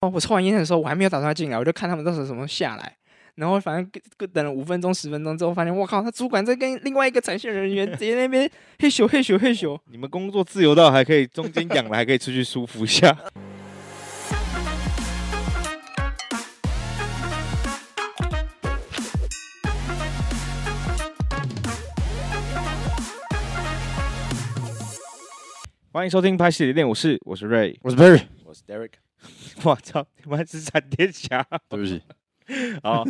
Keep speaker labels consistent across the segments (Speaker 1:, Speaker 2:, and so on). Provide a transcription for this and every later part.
Speaker 1: 哦，我抽完烟的时候，我还没有打算进来，我就看他们到时候什么下来。然后反正各等了五分钟、十分钟之后，发现我靠，他主管在跟另外一个产线人员 直接那边嘿咻嘿咻嘿咻。
Speaker 2: 你们工作自由到还可以中间养了，还可以出去舒服一下。欢迎收听《拍戏的店》，我是我是 Ray，
Speaker 3: 我是 Barry，
Speaker 4: 我是 Derek，
Speaker 2: 我操，你们是闪电侠。
Speaker 3: 对不起，
Speaker 2: 好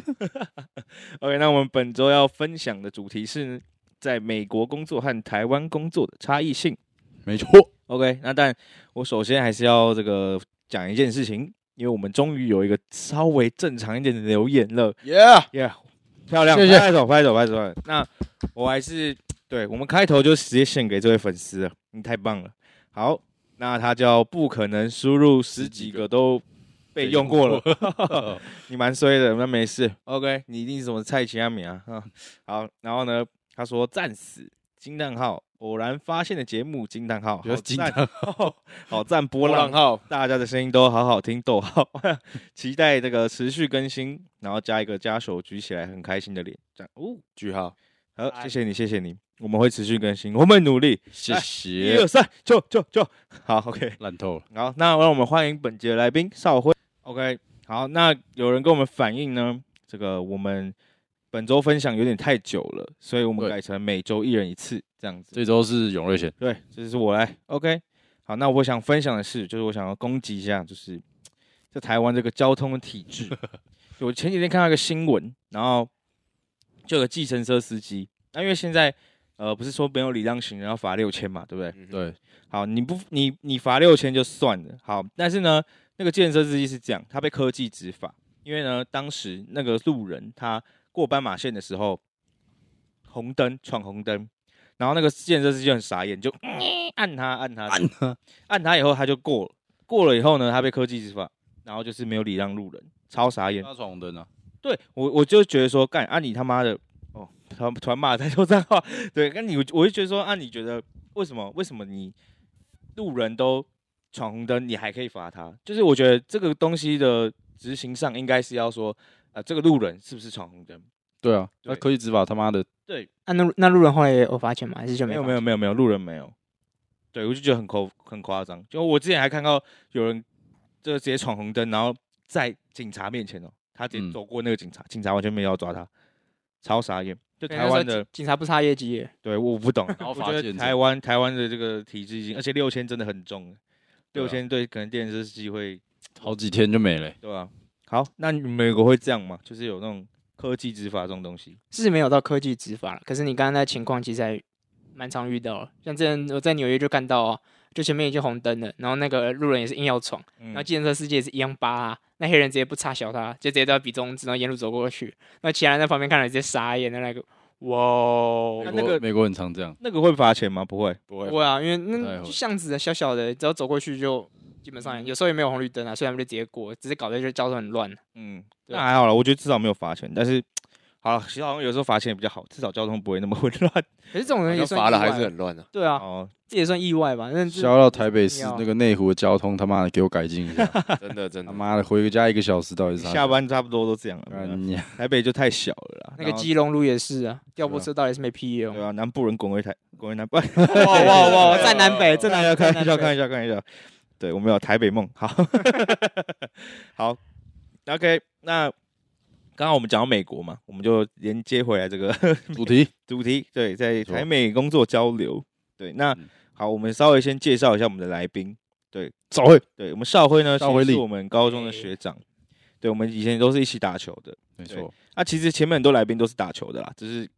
Speaker 2: ，OK，那我们本周要分享的主题是在美国工作和台湾工作的差异性。
Speaker 3: 没错，
Speaker 2: OK，那但我首先还是要这个讲一件事情，因为我们终于有一个稍微正常一点的留言了，
Speaker 4: Yeah，
Speaker 2: 耶、漂亮，
Speaker 3: 谢谢
Speaker 2: 拍手拍手拍手。拍手那我还是对我们开头就直接献给这位粉丝了，你太棒了。好，那他叫不可能输入十几个都被用过了，你蛮衰的，那没事。OK，你一定是什么蔡奇阿米啊？啊好，然后呢，他说战死惊叹号，偶然发现的节目惊叹号，
Speaker 3: 比较
Speaker 2: 好
Speaker 3: 惊
Speaker 2: 赞
Speaker 3: 叹，
Speaker 2: 好赞波
Speaker 4: 波
Speaker 2: 浪
Speaker 4: 浪号，
Speaker 2: 大家的声音都好好听，逗号， 期待这个持续更新，然后加一个家手举起来很开心的脸，这样哦，
Speaker 4: 句号，
Speaker 2: 好，谢谢你，谢谢你，我们会持续更新，我们努力，
Speaker 3: 谢
Speaker 2: 一
Speaker 4: 哎
Speaker 3: 谢
Speaker 2: 二，三，就就就，好，OK，
Speaker 3: 烂透了，
Speaker 2: 好，那让我们欢迎本节来宾邵辉，OK，好，那有人跟我们反映呢，这个我们本周分享有点太久了，所以我们
Speaker 3: 对
Speaker 2: 改成每周一人一次这样子，
Speaker 3: 这周是永瑞贤，
Speaker 2: 对，这是我来。OK，好，那我想分享的是，就是我想要攻击一下，就是在台湾这个交通的体 制。我前几天看到一个新闻，然后就有个计程车司机，那因为现在呃不是说没有礼让行人要罚六千嘛，对不对？
Speaker 4: 嗯哼，
Speaker 3: 对，
Speaker 2: 好，你不你你罚六千就算了，好，但是呢，那个计程车司机是这样，他被科技执法，因为呢，当时那个路人他过斑马线的时候，红灯闯红灯，然后那个计程车司机就很傻眼，就嗯按他按他按他按他以后他就过了，过了以后呢，他被科技执法，然后就是没有礼让路人，超傻眼。
Speaker 3: 他闯红灯啊，
Speaker 2: 对我我就觉得说，干啊你他妈的哦，他突然骂太多脏话，对，那你我就觉得说啊，你觉得为什么为什么你路人都闯红灯，你还可以罚他？就是我觉得这个东西的执行上应该是要说，啊，这个路人是不是闯红灯？
Speaker 3: 对啊，
Speaker 2: 对
Speaker 3: 那科技执法他妈的，
Speaker 2: 对，
Speaker 1: 啊，那那路人后来也有罚钱吗？还是就
Speaker 2: 没
Speaker 1: 没
Speaker 2: 有
Speaker 1: 罚
Speaker 2: 没有没有没有路人没有，对我就觉得很夸很夸张。就我之前还看到有人就直接闯红灯，然后在警察面前哦，他直接
Speaker 3: 嗯
Speaker 2: 走过那个警察，警察完全没有要抓他，超傻眼。就
Speaker 1: 对那
Speaker 2: 台
Speaker 1: 时候
Speaker 2: 湾的
Speaker 1: 警警察不差业绩耶，
Speaker 2: 对，我 不懂。
Speaker 3: 然后
Speaker 2: 我
Speaker 3: 罚
Speaker 2: 觉得
Speaker 3: 建
Speaker 2: 台
Speaker 3: 制
Speaker 2: 湾台湾的这个体制已经，而且六千真的很重了，
Speaker 3: 对啊
Speaker 2: 六千对可能电视机会
Speaker 3: 好几天就没了欸，
Speaker 2: 对吧、好，那你们美国会这样吗？就是有那种科技执法这种东西。
Speaker 1: 是没有到科技执法了。可是你刚刚那情况其实还蛮常遇到了，像之前我在纽约就看到哦，就前面已经红灯了，然后那个路人也是硬要闯，
Speaker 2: 嗯
Speaker 1: 然后计程车司机也是一样扒啊，那黑人直接不插小他，就直接到比中指，然后沿路走过去，那其他人在旁边看了直接傻眼的那个，哇哦！
Speaker 2: 那
Speaker 3: 美
Speaker 2: 那
Speaker 3: 国
Speaker 2: 个
Speaker 3: 美国很常这样，
Speaker 2: 那个会罚钱吗？不会。
Speaker 4: 不会，
Speaker 1: 不会啊，因为
Speaker 3: 不太
Speaker 1: 那
Speaker 3: 会
Speaker 1: 就巷子小小的，只要走过去就基本上有时候也没有红绿灯啊，所以他们就直接过，只是搞得就是交通很乱。
Speaker 2: 嗯，
Speaker 1: 对
Speaker 2: 那还好了，我觉得至少没有罚钱。但是好了，其实好像有时候罚钱也比较好，至少交通不会那么混乱。
Speaker 1: 可是这种人也
Speaker 4: 要
Speaker 1: 算
Speaker 4: 罚了
Speaker 1: 意外
Speaker 4: 还是
Speaker 1: 吧
Speaker 4: 很 乱的，
Speaker 1: 对啊，
Speaker 2: 哦，
Speaker 1: 这也算意外吧？那
Speaker 3: 消到台北市
Speaker 1: 要
Speaker 3: 那个内湖的交通，他妈的给我改进一下，
Speaker 4: 真的真
Speaker 3: 他
Speaker 4: 的，
Speaker 3: 妈的回家一个小时到底是啥？
Speaker 2: 下班差不多都这样了。
Speaker 3: 干你啊，
Speaker 2: 台北就太小了啦。
Speaker 1: 那个
Speaker 2: 然后
Speaker 1: 基隆路也是啊，调拨
Speaker 3: 是啊
Speaker 1: 车道也是没屁用
Speaker 2: 对。啊，南部人滚回台，滚回南部。
Speaker 4: 哇
Speaker 1: 哇哇，在南北，真
Speaker 2: 真的
Speaker 1: 的
Speaker 2: 要 看一下，看一下，看一下。对，我们有台北梦。好， 好，OK。那刚刚我们讲到美国嘛，我们就连接回来这个
Speaker 3: 主题
Speaker 2: 主题。对，在
Speaker 3: 错
Speaker 2: 台美工作交流。对，那
Speaker 3: 嗯
Speaker 2: 好，我们稍微先介绍一下我们的来宾。
Speaker 3: 早会，
Speaker 2: 对我们邵辉呢，其
Speaker 3: 邵辉
Speaker 2: 实是
Speaker 3: 力
Speaker 2: 我们高中的学长。对，我们以前都是一起打球的。
Speaker 3: 没错，
Speaker 2: 啊，其实前面很多来宾都是打球的啦，只是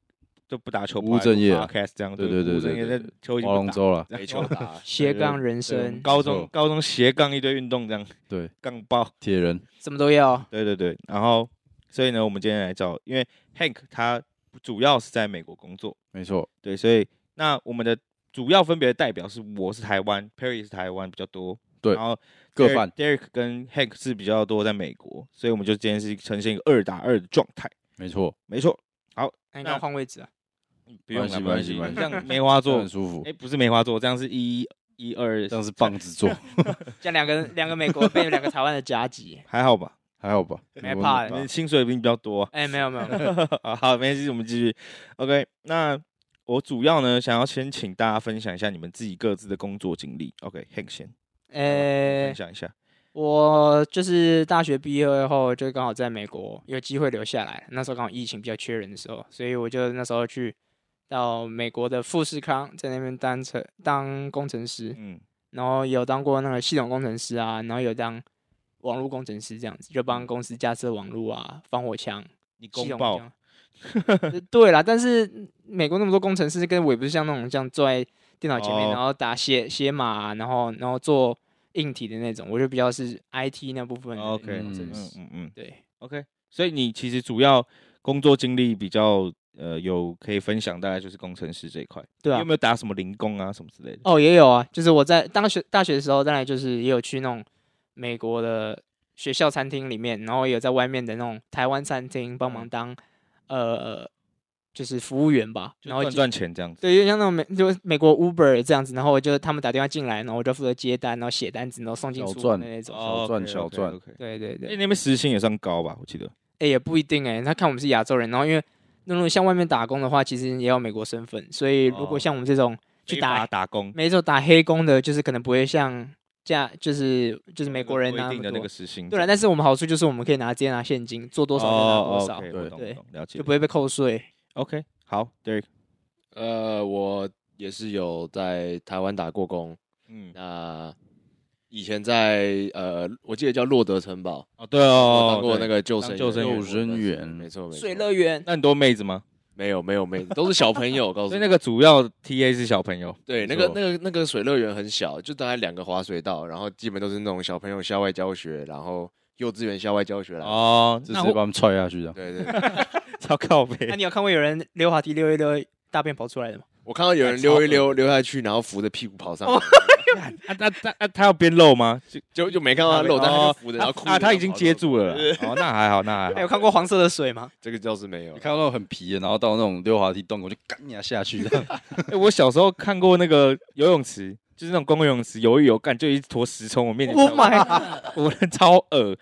Speaker 2: 就不打球，
Speaker 3: 不务正业啊
Speaker 2: p o 这样。
Speaker 3: 对
Speaker 2: 对
Speaker 3: 对对
Speaker 2: 不务正
Speaker 3: 对
Speaker 2: 业
Speaker 3: 对
Speaker 2: 在球已经
Speaker 3: 划
Speaker 2: 不
Speaker 3: 龙
Speaker 2: 打
Speaker 3: 舟了，
Speaker 4: 没球打，啊
Speaker 1: 斜杠人
Speaker 2: 对我们
Speaker 1: 生，
Speaker 2: 高
Speaker 3: 没
Speaker 2: 中
Speaker 3: 错
Speaker 2: 高中斜杠一堆运动这样，
Speaker 3: 对，
Speaker 2: 杠爆，
Speaker 3: 铁人，
Speaker 1: 什么都要。
Speaker 2: 对对对。然后，所以呢，我们今天来找，因为 Hank 他主要是在美国工作，
Speaker 3: 没错，
Speaker 2: 对，所以那我们的主要分别的代表是我是台湾，Perry 是台湾比较多，
Speaker 3: 对
Speaker 2: 然后
Speaker 3: 各
Speaker 2: Derek-
Speaker 3: 半
Speaker 2: Derek 跟 Hank 是比较多在美国，所以我们就今天是呈现一个二打二的状态，
Speaker 3: 没错，
Speaker 2: 没错，
Speaker 1: 那你刚换位置啊？
Speaker 2: 不用
Speaker 3: 没
Speaker 2: 了，
Speaker 3: 关系
Speaker 2: 没关系，
Speaker 3: 没关系
Speaker 2: 像梅花
Speaker 3: 坐
Speaker 2: 座哎
Speaker 3: 很，舒服
Speaker 2: 哎，，不是梅花座，这样是一一二，
Speaker 3: 这，样是棒子做，
Speaker 1: 像两个两个美国被两个台湾的夹击
Speaker 2: 还好吧？
Speaker 3: 还好吧？
Speaker 1: 没怕
Speaker 2: 你薪水比你比较多啊、
Speaker 1: 哎、没有没有， 没有
Speaker 2: 好好，没事，我们继续。OK，那我主要呢，想要先请大家分享一下你们自己各自的工作经历。OK，Hank、先
Speaker 1: 哎、
Speaker 2: 分享一下。
Speaker 1: 我就是大学毕业后，就刚好在美国有机会留下来。那时候刚好疫情比较缺人的时候，所以我就那时候去到美国的富士康，在那边当成当工程师，
Speaker 2: 嗯，
Speaker 1: 然后有当过那个系统工程师啊，然后有当网络工程师这样子，就帮公司架设网络啊、防火墙、
Speaker 2: 你
Speaker 1: 系
Speaker 2: 公
Speaker 1: 统
Speaker 2: 报
Speaker 1: 这样。呃对啦，但是美国那么多工程师，跟我也不是像那种这样坐在电脑前面，
Speaker 2: 哦
Speaker 1: 然后打写写码啊、然后然后做硬体的那种，我就比较是 IT 那部分的
Speaker 2: OK，
Speaker 1: 工程
Speaker 2: 嗯
Speaker 1: 师。
Speaker 2: 嗯嗯
Speaker 1: 对，
Speaker 2: ，OK。所以你其实主要工作经历比较呃有可以分享，大概就是工程师这一块。
Speaker 1: 对
Speaker 2: 你
Speaker 1: 啊
Speaker 2: 有没有打什么零工啊什么之类的？
Speaker 1: 哦，也有啊，就是我在当学大学的时候，当然就是也有去那种美国的学校餐厅里面，然后也有在外面的那种台湾餐厅帮
Speaker 2: 嗯
Speaker 1: 忙当、呃，就是服务员吧，
Speaker 2: 就
Speaker 1: 然后
Speaker 2: 赚赚钱这样子。
Speaker 1: 对，就像那种美就是美国 Uber 这样子，然后就他们打电话进来，然后我就负责接单，然后写单子，然后送进
Speaker 3: 小
Speaker 1: 书房
Speaker 3: 赚
Speaker 1: 的那种。
Speaker 3: 小赚小赚
Speaker 2: OK，
Speaker 1: 对对对，
Speaker 2: 哎，
Speaker 1: 哎、
Speaker 2: 你那边时薪也算高吧？我记得。
Speaker 1: 也不一定哎、他看我们是亚洲人，然后因为那种像外面打工的话，其实也要美国身份，所以如
Speaker 2: 哦
Speaker 1: 果像我们这种去
Speaker 2: 非
Speaker 1: 打
Speaker 2: 法打工，
Speaker 1: 没错打黑工的，就是可能不会像加就是就是美国人
Speaker 2: 规
Speaker 1: 拿那
Speaker 2: 定的
Speaker 1: 么
Speaker 2: 那
Speaker 1: 多
Speaker 2: 个。时薪这
Speaker 1: 对
Speaker 2: 样。
Speaker 1: 了，但是我们好处就是我们可以拿直接拿现金，做多少就拿多少，
Speaker 2: 哦，OK，
Speaker 3: 对
Speaker 2: 我懂
Speaker 1: 对
Speaker 2: 懂了解
Speaker 1: 就不会被扣税。
Speaker 2: OK，好，Derek，
Speaker 4: 呃，我也是有在台湾打过工。
Speaker 2: 嗯，
Speaker 4: 那以前在呃，我记得叫洛德城堡，
Speaker 2: 哦，对
Speaker 4: 我
Speaker 2: 哦，
Speaker 4: 当过那
Speaker 2: 对，
Speaker 4: 个救生
Speaker 2: 当救生员
Speaker 4: 员，
Speaker 3: 救生员
Speaker 4: 没错没错，
Speaker 1: 水乐 园，
Speaker 2: 那很多妹子吗？
Speaker 4: 没有没有没有，都是小朋友，我告诉
Speaker 2: 所以
Speaker 4: 你
Speaker 2: 那。个主要 TA 是小朋友，
Speaker 4: 对，
Speaker 2: 没
Speaker 4: 那
Speaker 2: 错
Speaker 4: 个那个那个水乐园很小，就大概两个滑水道，然后基本都是那种小朋友校外教学，然后幼稚园校外教学啦。哦，
Speaker 2: 哦，
Speaker 3: 就
Speaker 2: 那
Speaker 3: 直接把
Speaker 2: 我
Speaker 3: 他们踹下去的。
Speaker 4: 对对，对
Speaker 2: 超靠
Speaker 1: 那、
Speaker 2: 背，
Speaker 1: 你有看过有人溜滑梯溜一溜大便跑出来的吗？
Speaker 4: 我看 到有人溜一溜溜下去，然后扶着屁股跑上来，
Speaker 2: 啊那那那他要边露吗？就
Speaker 4: 就就没看到他漏，但哦他就扶着，然后哭着
Speaker 2: 啊，他已经
Speaker 4: 跑上
Speaker 2: 接
Speaker 4: 来
Speaker 2: 住了啦，哦，那还好，那还
Speaker 1: 还
Speaker 2: 好，
Speaker 1: 哎 有看过黄色的水吗？
Speaker 4: 这个倒是没有
Speaker 3: 你。看到那种很皮的，然后到那种溜滑梯洞口就干你啊下去，
Speaker 2: 哎，我小时候看过那个游泳池。就是那种公共游泳池游一游，干就一坨屎从 我面前
Speaker 1: Oh
Speaker 2: 飘过来，我超恶，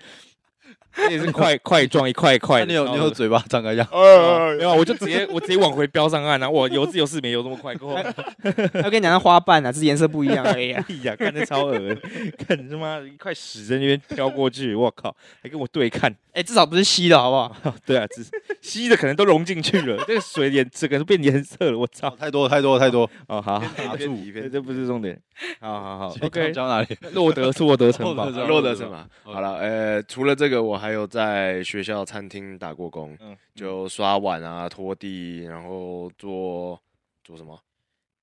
Speaker 2: 那也是块块状一块一块 的。
Speaker 3: 那你有
Speaker 2: 超
Speaker 3: 你
Speaker 2: 恶
Speaker 3: 有嘴巴张开一下，
Speaker 2: 哦没有，我就直接我直接往回飙上岸啊！我游自由是没游这么快 过，
Speaker 1: 我跟你讲，那花瓣啊，只是颜色不一样而 已、啊。
Speaker 2: 哎呀，看这超恶 心，看你他妈一块屎在那边飘过去，我靠，还跟我对看，
Speaker 1: 哎、至少不是稀的好不好？
Speaker 2: 对啊，只是吸的可能都融进去了， 这个水脸整个都变颜色了，我操！
Speaker 3: 太多了太多了太 多了。
Speaker 2: 哦，好，好
Speaker 3: 打 住
Speaker 2: 这这不是重点，好好 好
Speaker 3: 刚
Speaker 2: ，OK，
Speaker 3: 讲哪里？
Speaker 2: 洛德是洛德城堡
Speaker 3: 洛，德
Speaker 4: 洛德是吗？
Speaker 3: 嗯
Speaker 4: 好了，呃，除了这个，我还有在学校餐厅打过工，
Speaker 2: 嗯，
Speaker 4: 就刷碗啊、拖地，然后做做什么？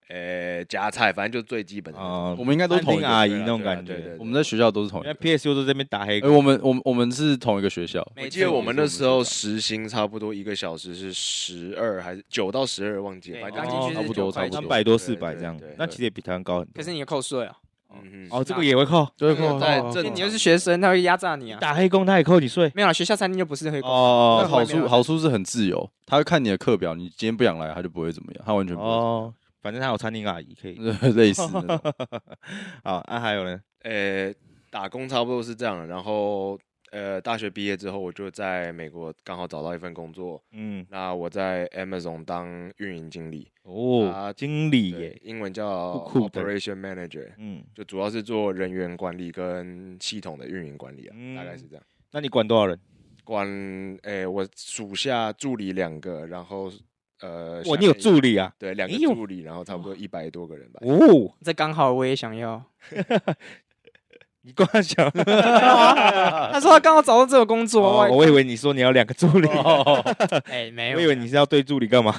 Speaker 4: 呃，夹菜，反正就最基本的那种。
Speaker 2: 啊
Speaker 3: 我，们应该都
Speaker 2: 餐
Speaker 3: 同一
Speaker 2: 厅
Speaker 3: 个
Speaker 2: 阿姨
Speaker 3: 学
Speaker 4: 对
Speaker 2: 那
Speaker 4: 啊
Speaker 2: 种
Speaker 4: 对啊
Speaker 2: 感
Speaker 4: 对对
Speaker 2: 觉
Speaker 4: 对，
Speaker 3: 我们在学校都是同一
Speaker 2: 因为
Speaker 3: 个。
Speaker 2: PSU 都在那边打黑
Speaker 3: 哎，，我们我们我们是同一哎个学校，
Speaker 4: 我
Speaker 1: 没
Speaker 4: 记得
Speaker 1: 错
Speaker 4: 我们那时候时薪差不多一个小时是十二还是九到十二，忘记了，
Speaker 1: 对
Speaker 4: 反正
Speaker 1: 刚
Speaker 4: 就
Speaker 1: 进去
Speaker 3: 差
Speaker 1: 是
Speaker 3: 不多
Speaker 1: 9块
Speaker 3: 差不多
Speaker 2: 三
Speaker 1: 钱
Speaker 2: 百哦多
Speaker 4: 对
Speaker 2: 四百
Speaker 4: 对
Speaker 2: 这样
Speaker 4: 对，
Speaker 2: 那
Speaker 4: 对
Speaker 2: 其实也比台湾高很多
Speaker 1: 可。是你有扣税哦，
Speaker 4: 嗯哼
Speaker 2: 哦，这个也会扣，
Speaker 3: 对
Speaker 4: 那个在正
Speaker 1: 因为你
Speaker 4: 常
Speaker 1: 又是学生，他会压榨你啊。
Speaker 2: 打黑工他也扣你税。
Speaker 1: 没有啦，学校餐厅就不是黑工，
Speaker 2: 哦
Speaker 3: 那好
Speaker 1: 外面
Speaker 3: 处
Speaker 1: 啊
Speaker 3: 好处是很自由，他会看你的课表，你今天不想来，他就不会怎么样，他完全不会
Speaker 2: 哦，反正他有餐厅阿姨可以。
Speaker 3: 类似那种。
Speaker 2: 好啊，还有呢？
Speaker 4: 呃，打工差不多是这样，然后呃，大学毕业之后，我就在美国刚好找到一份工作。
Speaker 2: 嗯，
Speaker 4: 那我在 Amazon 当运营经理，
Speaker 2: 哦，
Speaker 4: 啊
Speaker 2: 经理
Speaker 4: 对
Speaker 2: 耶，，
Speaker 4: 英文叫
Speaker 2: 酷酷的
Speaker 4: Operation Manager，
Speaker 2: 嗯，
Speaker 4: 就主要是做人员管理跟系统的运营管理啊，大概
Speaker 2: 嗯
Speaker 4: 是这样。
Speaker 2: 那你管多少人？
Speaker 4: 管诶、我属下助理两个，然后呃，
Speaker 2: 哇，
Speaker 4: 下
Speaker 2: 你有
Speaker 4: 面
Speaker 2: 助理啊？
Speaker 4: 对两个
Speaker 2: 你有
Speaker 4: 助理，然后差不多一百多个人吧。
Speaker 2: 哦，
Speaker 1: 这刚好我也想要。
Speaker 2: 你光想，
Speaker 1: 他说他刚好找到这个工作，
Speaker 2: 哦
Speaker 1: 我
Speaker 2: 我以为你说你要两个助理，哦
Speaker 1: 哎没有，
Speaker 2: 我以为你是要对助理干嘛？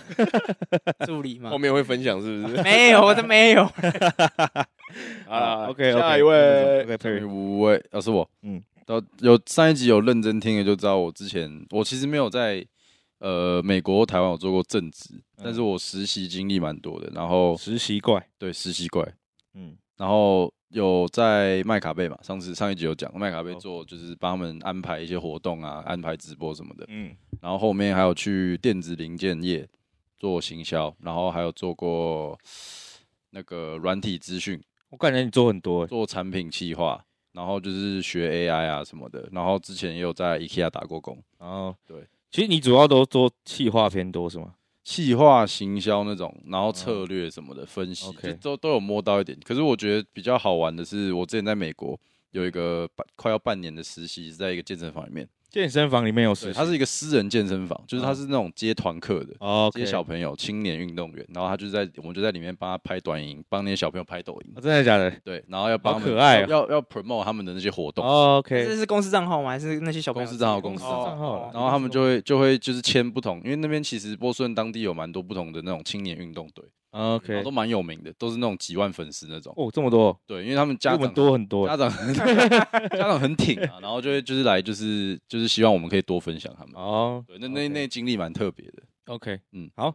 Speaker 1: 助理嘛
Speaker 4: 后，面会分享是 不 是？
Speaker 1: 没有，我都没有。
Speaker 4: 啊
Speaker 2: OK，
Speaker 4: 下一位，
Speaker 3: 对，
Speaker 2: ，OK，
Speaker 3: 五位啊，是我，
Speaker 2: 嗯
Speaker 3: 嗯，到有上一集有认真听的就知道，我之前我其实没有在呃美国、台湾有做过正职，但是我实习经历蛮多的，然后
Speaker 2: 实习怪，
Speaker 3: 对实习怪，
Speaker 2: 哦嗯，
Speaker 3: 然后有在麦卡贝嘛，上次上一集有讲麦卡贝
Speaker 2: 哦
Speaker 3: 做就是帮他们安排一些活动啊，安排直播什么的，
Speaker 2: 嗯，
Speaker 3: 然后后面还有去电子零件业做行销，然后还有做过那个软体资讯，
Speaker 2: 我感觉你做很多欸、
Speaker 3: 做产品企划，然后就是学 AI 啊什么的，然后之前也有在 IKEA 打过工，
Speaker 2: 然后
Speaker 3: 对，
Speaker 2: 其实你主要都做企划偏多是吗？
Speaker 3: 企划、行销那种，然后策略什么的分析，
Speaker 2: 哦 OK
Speaker 3: 就都都有摸到一点。可是我觉得比较好玩的是，我之前在美国有一个半快要半年的实习，是在一个健身房里面，
Speaker 2: 健身房里面有
Speaker 3: 对，
Speaker 2: 实习
Speaker 3: 它是一个私人健身房，就是它
Speaker 2: 嗯
Speaker 3: 是那种接团课的。
Speaker 2: 哦，
Speaker 3: 接小朋友、青年运动员，然后他就在我们就在里面帮他拍短影，帮那些小朋友拍抖音
Speaker 2: 哦，真的假的
Speaker 3: 对，然后要帮他们
Speaker 2: 好可爱哦
Speaker 3: 要要要 promote 他们的那些活动，
Speaker 2: 哦
Speaker 1: 这
Speaker 2: ？OK，
Speaker 1: 是公司账号吗？还是那些小朋友
Speaker 3: 公司账号
Speaker 1: 自己
Speaker 3: 公司
Speaker 1: 哦
Speaker 2: 账号
Speaker 1: 哦
Speaker 3: 然后他们就会就会就是签不同，因为那边其实波士顿当地有蛮多不同的那种青年运动队，然
Speaker 2: 哦 OK，
Speaker 3: 后都蛮有名的，都是那种几万粉丝那种。
Speaker 2: 哦，这么多，
Speaker 3: 对，因为他们
Speaker 2: 比
Speaker 3: 家
Speaker 2: 我
Speaker 3: 长
Speaker 2: 们多很多
Speaker 3: 家
Speaker 2: 欸。
Speaker 3: 长 家长很挺啊，然后就会就是来就是就是希望我们可以多分享他们。
Speaker 2: 哦，
Speaker 3: 对，那那
Speaker 2: OK
Speaker 3: 那经历蛮特别的。
Speaker 2: OK，嗯
Speaker 3: 嗯，
Speaker 2: 好，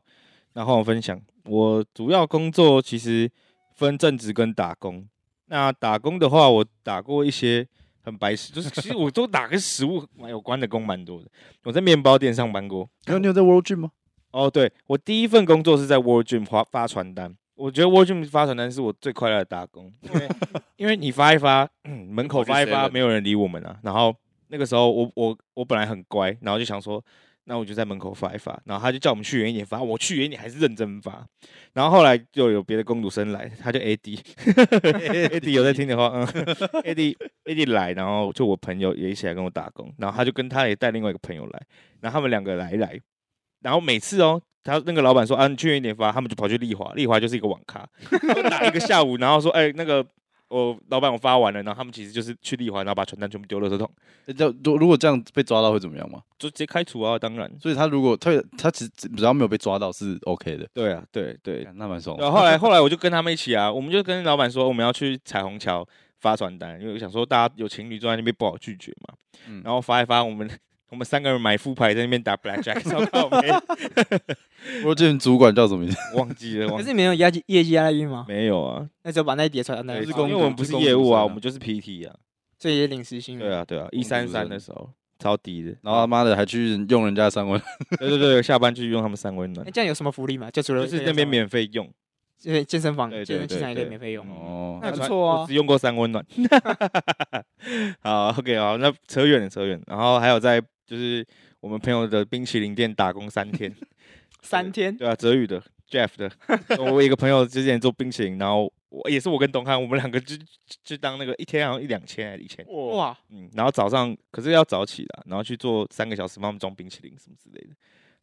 Speaker 2: 那换我分享，我主要工作其实分正职跟打工。那打工的话，我打过一些很白痴，就是其实我都打跟食物蛮有关的工蛮多的。我在面包店上班过。
Speaker 3: 你有你有在 World Gym 吗？
Speaker 2: 哦，对，我第一份工作是在 World Dream 发发传单。我觉得 World Dream 发传单是我最快乐的打工，因为因为你发一发，嗯门口发一发，
Speaker 3: 7-Eleven
Speaker 2: 没有人理我们啊。然后那个时候我我我本来很乖，然后就想说，那我就在门口发一发。然后他就叫我们去远一点发，我去远一点还是认真发。然后后来就有别的公主生来，他就 AD，AD 有在听的话，嗯，AD AD 来，然后就我朋友也一起来跟我打工，然后他就跟他也带另外一个朋友来，然后他们两个来一来，然后每次哦，他那个老板说啊，你去远一点发，他们就跑去丽华，丽华就是一个网咖， 都打一个下午，然后说哎、那个我老板我发完了，然后他们其实就是去丽华，然后把传单全部丢垃圾桶，
Speaker 3: 这如如果这样被抓到会怎么样吗？
Speaker 2: 就直接开除啊，当然，
Speaker 3: 所以他如果他他只只要没有被抓到是 OK 的，
Speaker 2: 对啊，对对，
Speaker 3: 那蛮爽的。
Speaker 2: 然后后来后来我就跟他们一起啊，我们就跟老板说我们要去彩虹桥发传单，因为我想说大家有情侣坐在那边不好拒绝嘛。
Speaker 3: 嗯
Speaker 2: 然后发一发，我们 我们三个人买副牌在那边打 blackjack，超靠北
Speaker 3: 我之前主管叫什么 名字？
Speaker 2: 忘记了，忘
Speaker 1: 可是
Speaker 2: 记了
Speaker 1: 你们有压力业绩压力吗？
Speaker 2: 没有啊，
Speaker 1: 那就把那一叠传单
Speaker 3: 不
Speaker 1: 拿
Speaker 3: 是
Speaker 1: 去放，
Speaker 3: 公
Speaker 2: 因为
Speaker 3: 主
Speaker 2: 我们不是
Speaker 3: 公主
Speaker 2: 业务
Speaker 3: 生
Speaker 2: 啊，
Speaker 3: 啊
Speaker 2: 我们就是 PT 啊。
Speaker 1: 所以也领时薪。
Speaker 2: 对，啊，对啊，一
Speaker 3: 公主
Speaker 2: 三三
Speaker 3: 生
Speaker 2: 的时候超低的，
Speaker 3: 然后他妈的还去用人家的三文，
Speaker 2: 对对对，下班去用他们三温暖
Speaker 1: 那，哎这样有什么福利吗？就除了
Speaker 2: 就是那边免费用，
Speaker 1: 对健身房、
Speaker 2: 对对
Speaker 1: 健身器材也可以
Speaker 2: 对对
Speaker 1: 免费用。
Speaker 2: 嗯
Speaker 3: 哦，
Speaker 1: 那
Speaker 2: 我
Speaker 1: 不
Speaker 2: 传
Speaker 1: 错啊
Speaker 2: 我只用过三温暖。 好，OK，好，那扯远了，扯远了。然后还有在就是我们朋友的冰淇淋店打工三 天，
Speaker 1: 三天，
Speaker 2: 对啊，泽宇的 Jeff 的，我一个朋友之前做冰淇淋，然后我也是我跟董汉，我们两个就就就当那个一天好像一两千还是一千，
Speaker 4: 哇，
Speaker 1: 哇，
Speaker 2: 嗯，然后早上可是要早起啦，然后去做三个小时帮他们装冰淇淋什么之类的。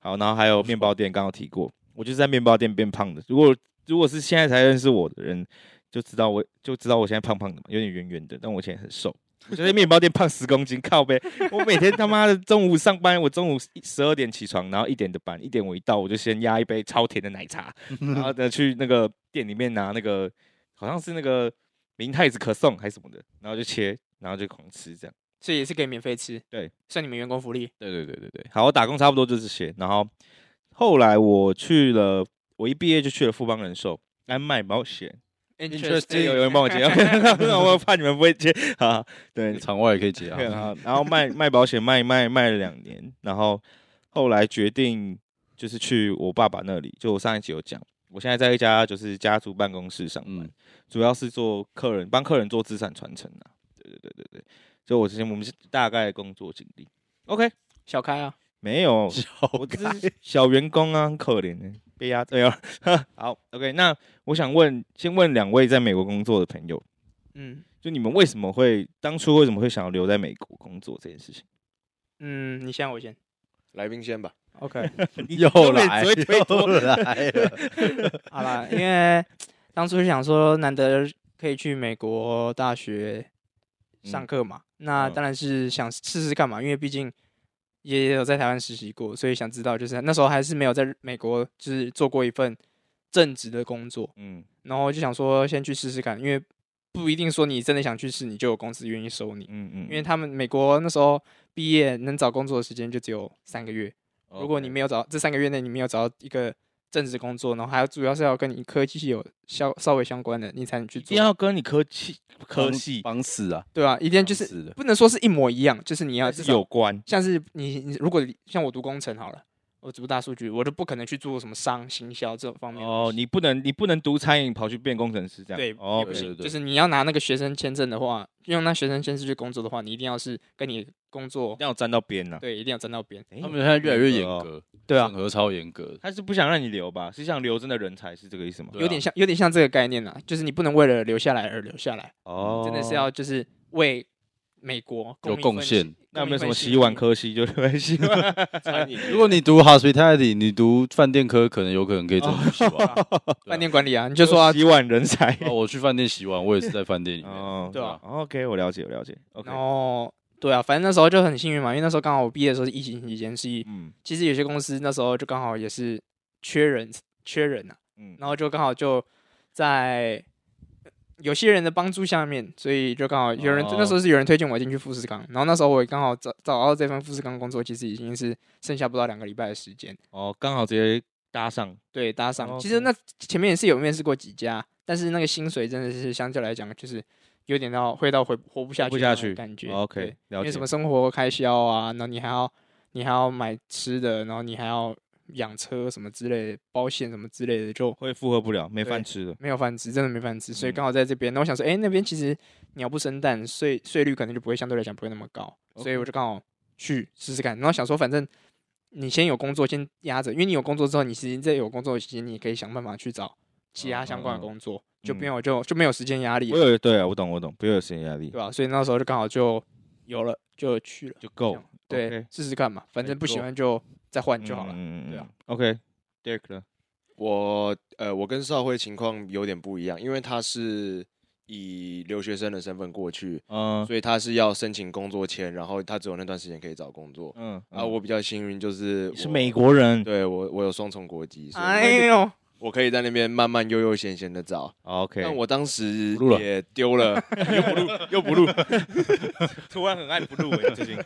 Speaker 2: 好，然后还有面包店，刚刚有提过，我就是在面包店变胖的。如果如果是现在才认识我的人，就知道我就知道我现在胖胖的嘛，有点圆圆的，但我以前很瘦。我就在面包店胖十公斤，靠呗！我每天他妈的中午上班，我中午十二点起床，然后一点的班，一点我一到我就先压一杯超甜的奶茶，然后呢去那个店里面拿那个好像是那个明太子可颂还是什么的，然后就切，然后就狂吃这样。
Speaker 1: 所以也是可以免费吃。
Speaker 2: 对，
Speaker 1: 算你们员工福利。
Speaker 3: 对对对对对，
Speaker 2: 好，我打工差不多就这些。然后后来我去了，我一毕业就去了富邦人寿来卖保险。
Speaker 1: Interesting
Speaker 2: 有有人帮我接， 我怕你们不会接啊。对，
Speaker 3: 场外也可以接
Speaker 2: 对
Speaker 3: 啊。
Speaker 2: 啊，然后卖卖保险卖卖卖了两年，然后后来决定就是去我爸爸那里，就我上一集有讲，我现在在一家就是家族办公室上班，
Speaker 3: 嗯
Speaker 2: 主要是做客人帮客人做资产传承啊，对对对对对，就我之前我们是大概的工作经历，OK，
Speaker 1: 小开啊，
Speaker 2: 没有，
Speaker 3: 好
Speaker 2: 我只是 小员工啊，很可怜欸被压对啊， 好，OK，那我想问，先问两位在美国工作的朋友，
Speaker 1: 嗯
Speaker 2: 就你们为什么会当初为什么会想要留在美国工作这件事情？
Speaker 1: 嗯，你先，我先。
Speaker 4: 来宾先吧。
Speaker 1: OK，
Speaker 3: 又来
Speaker 2: 你根本只会推脱
Speaker 3: 又 来了，
Speaker 1: 好啦，因为当初想说难得可以去美国大学上课嘛，那
Speaker 2: 嗯
Speaker 1: 当然是想试试看嘛，因为毕竟也有在台湾实习过，所以想知道就是那时候还是没有在美国就是做过一份正职的工作，
Speaker 2: 嗯
Speaker 1: 然后就想说先去试试看，因为不一定说你真的想去试，你就有公司愿意收你，
Speaker 2: 嗯嗯，
Speaker 1: 因为他们美国那时候毕业能找工作的时间就只有三个月，如果你没有找这三个月内你没有找到一个正职工作，然后还要主要是要跟你科技有相稍微相关的，你才能去
Speaker 2: 一定
Speaker 1: 做，
Speaker 2: 要跟你科技科系
Speaker 3: 绑死啊，
Speaker 1: 对吧、一定要就
Speaker 3: 绑
Speaker 1: 是
Speaker 3: 死的
Speaker 1: 不能说是一模一样，就是你要
Speaker 2: 还
Speaker 1: 至
Speaker 2: 是
Speaker 1: 少
Speaker 2: 有关
Speaker 1: 像是你你如果像我读工程好了，我只不过大数据，我都不可能去做什么商行销这种方面的东
Speaker 2: 哦，
Speaker 1: 西。
Speaker 2: 你不能你不能读餐饮跑去变工程师这样，
Speaker 1: 对
Speaker 2: 哦
Speaker 1: 也不
Speaker 3: 对
Speaker 1: 行，
Speaker 3: 对对
Speaker 1: 就是你要拿那个学生签证的话，用那学生签证去工作的话，你一定要是跟你工作
Speaker 2: 一定要沾到边呐。
Speaker 1: 对，一定要站到边。
Speaker 2: 诶
Speaker 3: 他们现在越来越严
Speaker 2: 哦
Speaker 3: 格，
Speaker 1: 对啊
Speaker 3: 审，核超严格的。
Speaker 2: 他是不想让你留吧？是想留真的人才，是这个意思吗？
Speaker 3: 对啊
Speaker 1: 有点像，有点像这个概念啦，就是你不能为了留下来而留下来，
Speaker 2: 哦，
Speaker 1: 真的是要就是为美国
Speaker 3: 有贡献。
Speaker 2: 那有没有什么洗碗
Speaker 1: 科？
Speaker 2: 科系就会洗碗？
Speaker 3: 如果你 读 hospitality，你读饭店科，可能有可能可以争取洗碗。
Speaker 1: 饭店管理啊，你就说啊，
Speaker 2: 洗碗 人才。
Speaker 3: 啊我去饭店洗碗，我也是在饭店里面。
Speaker 2: 哦，
Speaker 1: 对啊
Speaker 2: ，OK，我了解，我了解，OK，
Speaker 1: 然后对啊，反正那时候就很幸运嘛，因为那时候刚好我毕业的时候是疫情期间，所以
Speaker 2: 嗯
Speaker 1: 其实有些公司那时候就刚好也是缺人，缺人啊，
Speaker 2: 嗯，
Speaker 1: 然后就刚好就在有些人的帮助下面，所以就刚好有人、
Speaker 2: 哦
Speaker 1: 那时候是有人推荐我进去富士康，然后那时候我也刚好找找到这份富士康工作，其实已经是剩下不到两个礼拜的时间，
Speaker 2: 哦，刚好直接搭上，
Speaker 1: 对，搭上。其
Speaker 2: 哦 OK
Speaker 1: 实那前面也是有面试过几家，但是那个薪水真的是相对来讲，就是有点到会到活活不下
Speaker 2: 活
Speaker 1: 去
Speaker 2: 不
Speaker 1: 的
Speaker 2: 下
Speaker 1: 那种
Speaker 2: 去
Speaker 1: 感觉。
Speaker 2: 哦 OK，
Speaker 1: 对因
Speaker 2: 了
Speaker 1: 为
Speaker 2: 解
Speaker 1: 什么生活开销啊，然后你还要你还要买吃的，然后你还要养车什么之类的，保险什么之类的，就
Speaker 2: 会负荷不了，没饭
Speaker 1: 对
Speaker 2: 吃的。
Speaker 1: 没有饭吃，真的没饭吃。所以
Speaker 2: 嗯
Speaker 1: 刚好在这边，那我想说，哎、那边其实鸟不生蛋，税税率可能就不会相对来讲不会那么高，所以我就刚好去试试看。然后想说，反正你先有工作，先压着，因为你有工作之后，你其实在有工作期间，你可以想办法去找其他相关的工作，就没有就就没有时间压力
Speaker 2: 哦嗯我
Speaker 1: 了，
Speaker 2: 有对啊，我懂我懂，不要有时间压力
Speaker 1: 对吧、啊所以那时候就刚好就有了，就去了，
Speaker 2: 就够
Speaker 1: 这样，对
Speaker 2: OK，，
Speaker 1: 试试看嘛，反正不喜
Speaker 2: 错
Speaker 1: 欢就再换就好了。
Speaker 2: 嗯
Speaker 1: 对啊。
Speaker 2: OK，Derek 呢？
Speaker 4: 我呃，我跟少辉情况有点不一样，因为他是以留学生的身份过去，
Speaker 2: 嗯
Speaker 4: 所以他是要申请工作签，然后他只有那段时间可以找工作。
Speaker 2: 嗯
Speaker 4: 啊，我比较幸运，就是
Speaker 2: 你是
Speaker 4: 我
Speaker 2: 美，国人
Speaker 4: 对我我有双重国籍，所以
Speaker 1: 哎呦，
Speaker 4: 我可以在那边慢慢悠悠闲闲的找。
Speaker 2: 哦，OK，
Speaker 4: 但我当时
Speaker 3: 不录了
Speaker 4: 也丢了，又不录又不录，
Speaker 2: 突然很爱不入 文，最近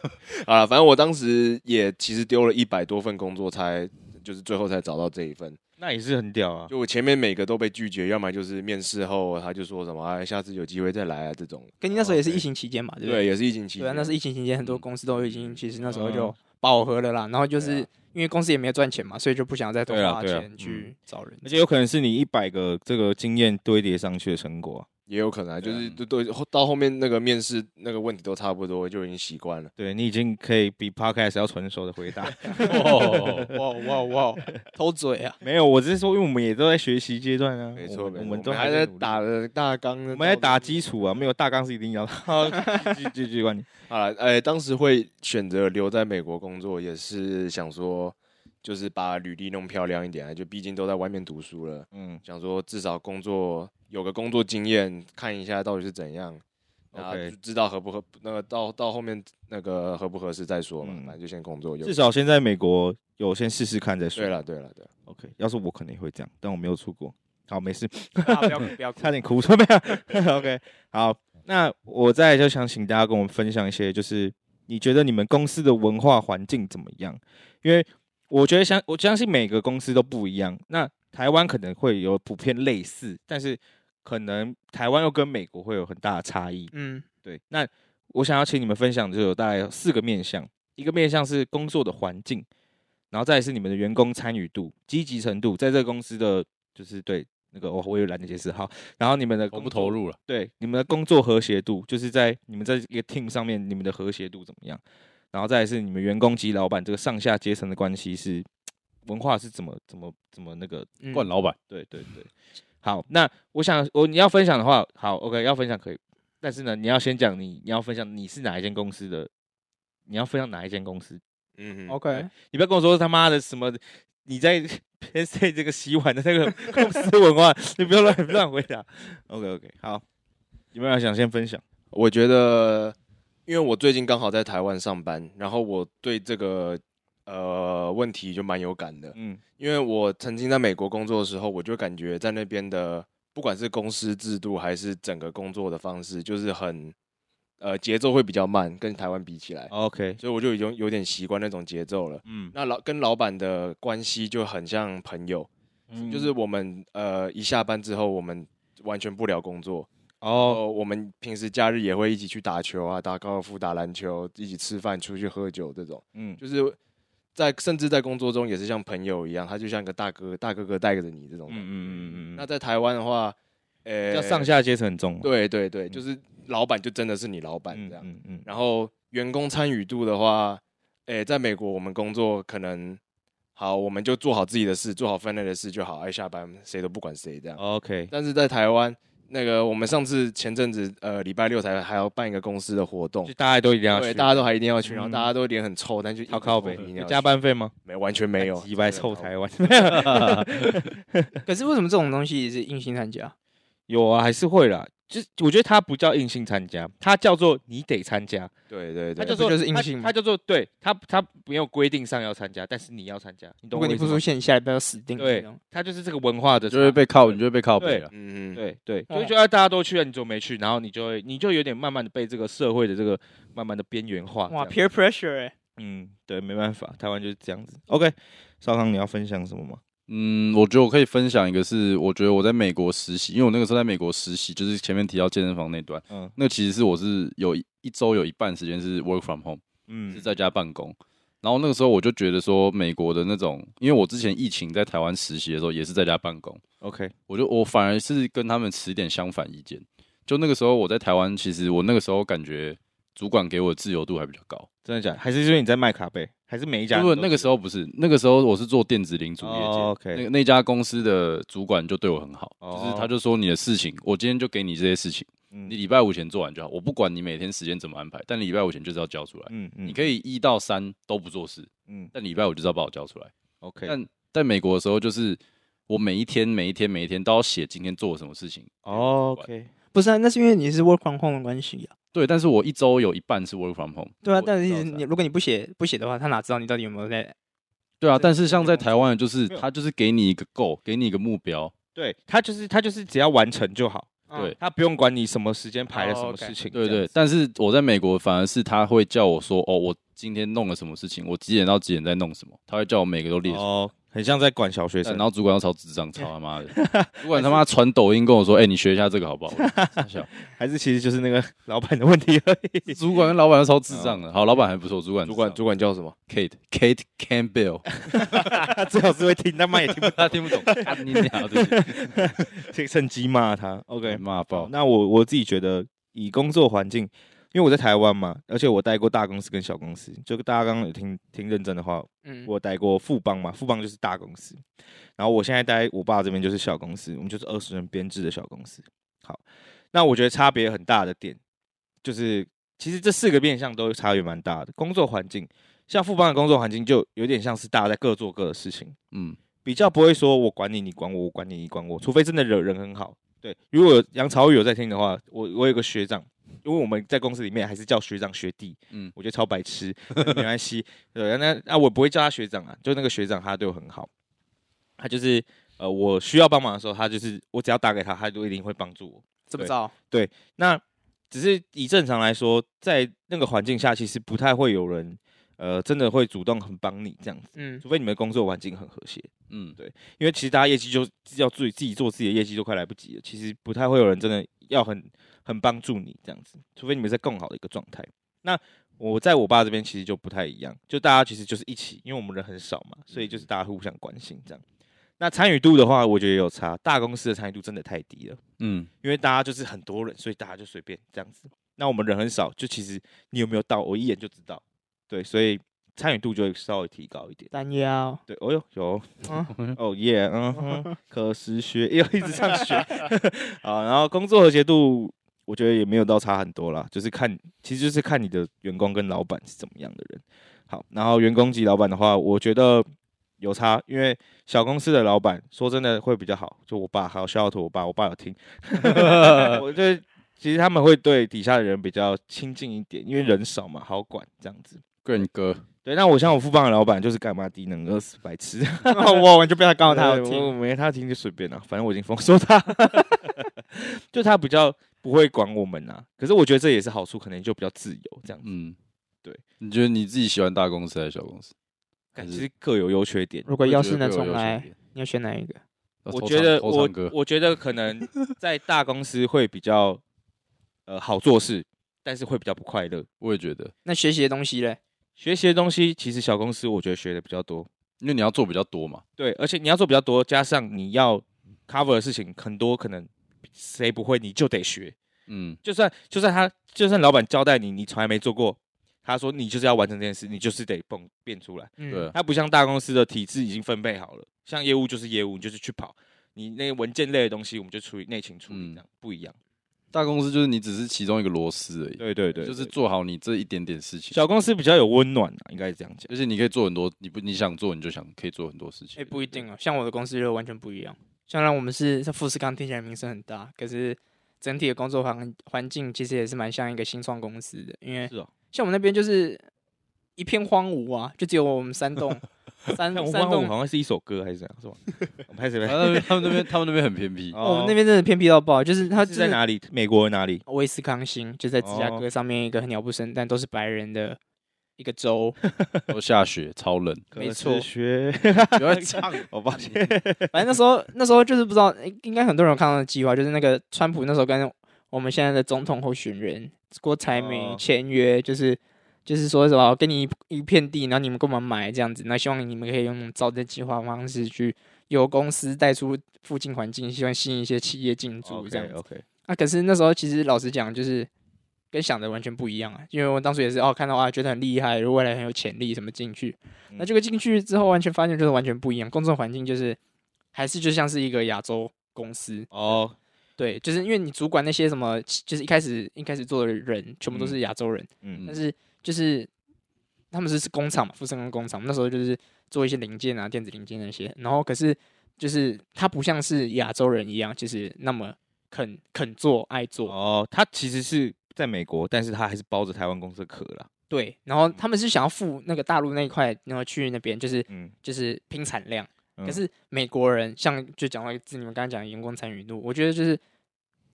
Speaker 4: 好了，反正我当时也其实丢了一百多份工作才。就是最后才找到这一份，
Speaker 2: 那也是很屌啊，
Speaker 4: 就我前面每个都被拒绝，要么就是面试后他就说什么、啊、下次有机会再来啊这种，
Speaker 1: 跟你那时候也是
Speaker 4: 哦
Speaker 1: 疫情期间嘛，对不对
Speaker 4: 对，？也是疫情期
Speaker 1: 对啊，
Speaker 4: 间，
Speaker 1: 那是疫情期间，很多公司都已经其实那时候就
Speaker 2: 嗯
Speaker 1: 饱和了啦。然后就
Speaker 4: 对
Speaker 1: 是
Speaker 4: 啊
Speaker 1: 因为公司也没有赚钱嘛，所以就不想再多
Speaker 2: 对啊
Speaker 1: 花
Speaker 2: 对啊
Speaker 1: 钱去找人。
Speaker 2: 而 且有可能是你一百个这个经验堆叠上去的成果啊。
Speaker 4: 也有可能啊，就
Speaker 2: 对啊
Speaker 4: 是都都后到后面那个面试那个问题都差不多，就已经习惯了。
Speaker 2: 对你已经可以比 Podcast 要成熟的回答。
Speaker 1: 哦，哇哇哇， 偷嘴啊！
Speaker 2: 没有，我只是说，因为我们也都在学习阶段啊，
Speaker 4: 没错，
Speaker 2: 我们
Speaker 4: 没错
Speaker 2: 我们都
Speaker 4: 还
Speaker 2: 在
Speaker 4: 在
Speaker 2: 努力，
Speaker 4: 打了大纲，
Speaker 2: 我
Speaker 4: 我
Speaker 2: 们还在打基础啊，没有大纲是一定要的。继继续管你，
Speaker 4: 啊，哎、当时会选择留在美国工作，也是想说，就是把履历弄漂亮一点啊，就毕竟都在外面读书了，
Speaker 2: 嗯
Speaker 4: 想说至少工作有个工作经验，看一下到底是怎样，然后
Speaker 2: OK
Speaker 4: 就知道合不合，那个到到后面那个合不合适再说嘛，
Speaker 2: 嗯
Speaker 4: 反正就先工作有。
Speaker 2: 至少先在美国有先试试看再说。
Speaker 4: 对了，对了，对了，
Speaker 2: OK，要是我可能也会这样，但我没有出国。好，没事，
Speaker 1: 啊不要哭不 要哭
Speaker 2: 差点哭 出来。OK，好，那我再来就想请大家跟我们分享一些，就是你觉得你们公司的文化环境怎么样？因为我觉得相我相信每个公司都不一样，那台湾可能会有普遍类似，但是可能台湾又跟美国会有很大的差异。
Speaker 1: 嗯，
Speaker 2: 对，那我想要请你们分享的就有大概有四个面向，一个面向是工作的环境，然后再来是你们的员工参与度、积极程度，在这个公司的就是对那个我我也懒得解释好，然后你们的
Speaker 3: 投
Speaker 2: 工
Speaker 3: 不
Speaker 2: 作
Speaker 3: 投，入了？
Speaker 2: 对你们的工作和谐度，就是在你们在一个 team 上面你们的和谐度怎么样，然后再来是你们员工及老板这个上下阶层的关系是文化是怎么怎么怎么那个
Speaker 1: 嗯
Speaker 3: 冠老板，
Speaker 2: 对对对，好，那我想我你要分享的话，好，OK，要分享可以，但是呢，你要先讲你你要分享你是哪一间公司的，你要分享哪一间公司，
Speaker 4: 嗯哼
Speaker 1: OK，
Speaker 2: 你不要跟我说他妈的什么你在 PSA 这个洗碗的那 个公司文化，你不要乱 乱回答。OK OK，好，有没有人想先分享？
Speaker 4: 我觉得，因为我最近刚好在台湾上班，然后我对这个呃问题就蛮有感的。
Speaker 2: 嗯
Speaker 4: 因为我曾经在美国工作的时候，我就感觉在那边的，不管是公司制度还是整个工作的方式，就是很呃节奏会比较慢，跟台湾比起来，
Speaker 2: ，OK，
Speaker 4: 所以我就已经有点习惯那种节奏了。
Speaker 2: 嗯，
Speaker 4: 那老跟老板的关系就很像朋友，就是
Speaker 2: 嗯
Speaker 4: 我们呃一下班之后，我们完全不聊工作，
Speaker 2: 哦，
Speaker 4: 哦，我们平时假日也会一起去打球啊，打高尔夫、打篮球，一起吃饭、出去喝酒这种。
Speaker 2: 嗯
Speaker 4: 就是在甚至在工作中也是像朋友一样，他就像一个大哥，大哥哥带着你这种
Speaker 2: 嗯
Speaker 4: 感觉。
Speaker 2: 嗯嗯嗯嗯，
Speaker 4: 那在台湾的话，呃，
Speaker 2: 要上下阶层很重，，
Speaker 4: 对对对，
Speaker 2: 嗯
Speaker 4: 就是老板就真的是你老板
Speaker 2: 嗯
Speaker 4: 这样。
Speaker 2: 嗯嗯，
Speaker 4: 然后员工参与度的话，诶、在美国我们工作可能好，我们就做好自己的事，做好分内的事就好，爱下班谁都不管谁这样。
Speaker 2: OK，
Speaker 4: 但是在台湾，那个我们上次前阵子呃礼拜六才还要办一个公司的活动
Speaker 2: 就，大家都一定要
Speaker 4: 对，
Speaker 2: 去，
Speaker 4: 大家都还一定要去，
Speaker 2: 嗯
Speaker 4: 然后大家都脸很臭，但就一直
Speaker 2: 好靠
Speaker 4: 说
Speaker 2: 北
Speaker 4: 一定，要
Speaker 2: 有
Speaker 4: 去
Speaker 2: 加班费吗？
Speaker 4: 没完全没有，
Speaker 2: 几百臭台湾，
Speaker 1: 可是为什么这种东西是硬性参加？
Speaker 2: 有啊，还是会啦。就是我觉得它不叫硬性参加，它叫做你得参加，
Speaker 4: 对对
Speaker 2: 它
Speaker 4: 对，
Speaker 2: 叫
Speaker 1: 就
Speaker 2: 做
Speaker 1: 不就是硬性吗
Speaker 2: 它它叫做对它它没有规定上要参加，但是你要参加，你
Speaker 1: 如
Speaker 2: 懂我
Speaker 1: 果你
Speaker 2: 意思
Speaker 1: 不
Speaker 2: 吗
Speaker 1: 出现，你下一步要死定了。
Speaker 2: 对它就是这个文化的
Speaker 3: 你
Speaker 2: 差，
Speaker 3: 就会被靠，你就会被靠背了。
Speaker 4: 嗯嗯，
Speaker 2: 对对，
Speaker 1: 嗯
Speaker 2: 就觉得大家都去了，你就没去，然后你就会你就有点慢慢的被这个社会的这个慢慢的边缘化。
Speaker 1: 哇
Speaker 2: 啊这样
Speaker 1: ，peer pressure 哎、
Speaker 2: 嗯，对，没办法，台湾就是这样子。OK，少康，你要分享什么吗？
Speaker 3: 嗯，我觉得我可以分享一个是，我觉得我在美国实习，因为我那个时候在美国实习，就是前面提到健身房那段，
Speaker 2: 嗯
Speaker 3: 那其实是我是有一一周有一半时间是 work from home，
Speaker 2: 嗯
Speaker 3: 是在家办公。然后那个时候我就觉得说，美国的那种，因为我之前疫情在台湾实习的时候也是在家办公，
Speaker 2: ，OK，
Speaker 3: 我就我反而是跟他们持一点相反意见。就那个时候我在台湾，其实我那个时候感觉主管给我的自由度还比较高。
Speaker 2: 真的假的？还是因为你在卖卡贝？还是每一家
Speaker 3: 不
Speaker 2: 人
Speaker 3: 不，
Speaker 2: 都
Speaker 3: 那个
Speaker 2: 是
Speaker 3: 时候不是，那个时候我是做电子零主业界、
Speaker 2: 哦，OK
Speaker 3: 那个那家公司的主管就对我很好，
Speaker 2: 哦
Speaker 3: 就是他就说你的事情，我今天就给你这些事情，
Speaker 2: 嗯
Speaker 3: 你礼拜五前做完就好，我不管你每天时间怎么安排，但你礼拜五前就是要交出来。
Speaker 2: 嗯嗯
Speaker 3: 你可以一到三都不做事，
Speaker 2: 嗯
Speaker 3: 但礼拜五就是要把我交出来。
Speaker 2: OK，
Speaker 3: 但在美国的时候，就是我每一天、每一天、每一天都要写今天做了什么事情。
Speaker 2: 哦 OK，
Speaker 1: 不是啊，那是因为你是 work from home 的关系啊。
Speaker 3: 对，但是我一周有一半是 work from home。
Speaker 1: 对啊，
Speaker 3: 我
Speaker 1: 但
Speaker 3: 一到
Speaker 1: 是
Speaker 3: 三
Speaker 1: 你如果你不写不写的话，他哪知道你到底有没有在？
Speaker 3: 对啊，
Speaker 2: 这
Speaker 3: 但是像在
Speaker 2: 这个
Speaker 3: 台湾的，就是
Speaker 2: 没有
Speaker 3: 他就是给你一个 goal，给你一个目标，
Speaker 2: 对他就是他就是只要完成就好，
Speaker 3: 对
Speaker 2: 他不用管你什么时间排了
Speaker 1: 哦
Speaker 2: 什么
Speaker 1: OK
Speaker 2: 事情。
Speaker 3: 对
Speaker 2: 啊这样
Speaker 3: 对
Speaker 2: 子，，
Speaker 3: 但是我在美国反而是他会叫我说，哦，我今天弄了什么事情，我几点到几点在弄什么，他会叫我每个都列出来。
Speaker 2: 哦，很像在管小学
Speaker 3: 但
Speaker 2: 生
Speaker 3: 然。后主管要超智障，超他妈的！主管他妈传抖音跟我说：“哎、你学一下这个好不好？”我就傻笑
Speaker 2: 还是其实就是那个 老板的问题而已。
Speaker 3: 主管跟老板都超智障的。好，老板还不错，主管
Speaker 4: 主管
Speaker 3: 智障
Speaker 4: 主管叫什么？
Speaker 3: Kate Kate Campbell，
Speaker 2: 他最好是会听，他妈也听不
Speaker 3: 他听不懂，干你娘的！
Speaker 2: 听，趁机骂他。OK，
Speaker 3: 骂
Speaker 2: 好
Speaker 3: 爆，
Speaker 2: 那我我自己觉得，以工作环境，因为我在台湾嘛，而且我待过大公司跟小公司，就大家刚刚有听听认真的话，
Speaker 1: 嗯，
Speaker 2: 我待过富邦嘛，富邦就是大公司，然后我现在待我爸这边就是小公司，我们就是二十人编制的小公司。好，那我觉得差别很大的点，就是其实这四个面向都差别蛮大的。工作环境，像富邦的工作环境就有点像是大家在各做各的事情，
Speaker 3: 嗯，
Speaker 2: 比较不会说我管你，你管我，我管你，你管我，除非真的人人很好。对，如果有杨朝宇有在听的话，我我有个学长，因为我们在公司里面还是叫学长学弟，嗯
Speaker 3: 嗯，
Speaker 2: 我觉得超白痴，但是没关系， 对，那那我不会叫他学长啊，就那个学长他对我很好，他就是呃我需要帮忙的时候，他就是我只要打给他，他就一定会帮助我。
Speaker 1: 怎么着？
Speaker 2: 那只是以正常来说，在那个环境下，其实不太会有人呃真的会主动很帮你这样子，
Speaker 1: 嗯，
Speaker 2: 除非你们工作环境很和谐。
Speaker 3: 嗯，
Speaker 2: 因为其实大家业绩就要自己自己做自己的业绩都快来不及了，其实不太会有人真的要很很帮助你这样子，除非你们在更好的一个状态。那我在我爸这边其实就不太一样，就大家其实就是一起，因为我们人很少嘛，所以就是大家互相关心这样。那参与度的话，我觉得也有差，大公司的参与度真的太低了，
Speaker 3: 嗯，
Speaker 2: 因为大家就是很多人，所以大家就随便这样子。那我们人很少，就其实你有没有到，我一眼就知道。对，所以参与度就会稍微提高一点。
Speaker 1: 单 腰
Speaker 2: 对，哦哟，有
Speaker 1: 啊，
Speaker 2: 哦耶，嗯哼，可时学又一直上学 啊，然后工作和谐度，我觉得也没有到差很多啦，就是看，其实就是看你的员工跟老板是怎么样的人。好，然后员工及老板的话，我觉得有差，因为小公司的老板说真的会比较好，就我爸还有肖小图，我爸，我爸有听， 我觉得其实他们会对底下的人比较亲近一点，因为人少嘛，好管这样子。
Speaker 3: n 哥，
Speaker 2: 对，那我像我富邦的老板就是干嘛低能饿死白痴，
Speaker 1: 我我就不要告诉他
Speaker 2: 对
Speaker 1: 有
Speaker 2: 我
Speaker 1: 听。
Speaker 2: 没他听就随便了、反正我已经封锁他， 就他比较不会管我们啊。可是我觉得这也是好处，可能就比较自由这样子。
Speaker 3: 嗯，
Speaker 2: 对，
Speaker 3: 你觉得你自己喜欢大公司还是小公司？
Speaker 2: 感
Speaker 3: 还
Speaker 2: 其
Speaker 3: 是
Speaker 2: 实各有优缺点。
Speaker 1: 如果要是能
Speaker 3: 我觉得
Speaker 1: 重
Speaker 3: 各有优缺
Speaker 1: 来，
Speaker 3: 点，
Speaker 1: 你要选哪一个？
Speaker 3: 要
Speaker 2: 我
Speaker 3: 偷
Speaker 2: 觉
Speaker 3: 唱
Speaker 2: 得
Speaker 3: 偷
Speaker 2: 我
Speaker 3: 唱歌
Speaker 2: 我觉得可能在大公司会比较呃好做事，但是会比较不快乐。
Speaker 3: 我也觉得，
Speaker 1: 那学习的东西嘞？
Speaker 2: 学习的东西，其实小公司我觉得学的比较多，
Speaker 3: 因为你要做比较多嘛。
Speaker 2: 对，而且你要做比较多，加上你要 cover 的事情很多，可能谁不会你就得学，
Speaker 3: 嗯，
Speaker 2: 就算就算他就算老板交代你，你从来没做过，他说你就是要完成这件事，你就是得蹦变出来。
Speaker 1: 嗯
Speaker 3: 对，
Speaker 2: 它不像大公司的体制已经分配好了，像业务就是业务，你就是去跑。你那文件类的东西，我们就处理内勤处理，
Speaker 3: 嗯
Speaker 2: 这样、不一样。
Speaker 3: 大公司就是你只是其中一个螺丝而已，
Speaker 2: 对对对
Speaker 3: 就是做好你这一点点事情，
Speaker 2: 小公司比较有温暖啊，应该是这 样讲。
Speaker 3: 而且你可以做很多，你不你想做你就想可以做很多事
Speaker 1: 哎、
Speaker 3: 情。
Speaker 1: 不一定哦，像我的公司就完全不一样。虽然我们是像富士康，听起来名声很大，可是整体的工作环环境其实也是蛮像一个新创公司的，因为
Speaker 2: 是哦，
Speaker 1: 像我们那边就是一片荒芜啊，就只有我们三 栋三
Speaker 2: 但我
Speaker 1: 三
Speaker 2: 忘了
Speaker 1: 栋，
Speaker 2: 我
Speaker 1: 呃
Speaker 2: 好像是一首歌还是怎样，是 吧？我拍谁
Speaker 3: 啊
Speaker 2: 拍？
Speaker 3: 那边 他们那边他们那边很 偏僻，
Speaker 1: 我们那边真的偏僻到爆，就是它
Speaker 2: 他
Speaker 1: 就是
Speaker 2: 哦在哪哦里？美国哪里？
Speaker 1: 威斯康星，就在芝加哥上面一个很鸟不生蛋，都是白人的一个州。
Speaker 3: 都下雪，超冷。
Speaker 1: 没错
Speaker 2: 学
Speaker 3: 不要 唱，
Speaker 2: 我抱歉。
Speaker 1: 反正那时候那时候就是不知道，诶应该很多人有看到的计划，就是那个川普那时候跟我们现在的总统候选人郭台铭
Speaker 2: 哦
Speaker 1: 签约，就是。就是说什么，我给你一一片地，然后你们给我们买这样子，那希望你们可以用造这计划方式去由公司带出附近环境，希望吸引一些企业进驻这样
Speaker 2: OK
Speaker 1: 子。
Speaker 2: OK，
Speaker 1: 啊，可是那时候其实老实讲，就是跟想的完全不一样啊。因为我当初也是哦，看到啊，觉得很厉害，未来很有潜力，什么进去。那
Speaker 2: 嗯
Speaker 1: 这个进去之后，完全发现就是完全不一样，工作环境就是还是就像是一个亚洲公司，
Speaker 2: 哦，
Speaker 1: 对，就是因为你主管那些什么，就是一开始一开始做的人全部都是亚洲人，
Speaker 2: 嗯，
Speaker 1: 但是就是他们是是工厂嘛，富士康工厂，那时候就是做一些零件啊、电子零件那些，然后可是就是他不像是亚洲人一样，就是那么肯肯做、爱做，
Speaker 2: 哦，他其实是在美国，但是他还是包着台湾公司的壳啦。
Speaker 1: 对，然后他们是想要付那个大陆那一块，然后去那边就是
Speaker 2: 嗯，
Speaker 1: 就是拼产量，
Speaker 2: 嗯
Speaker 1: 可是美国人像就讲到一次你们刚刚讲的员工参与度，我觉得就是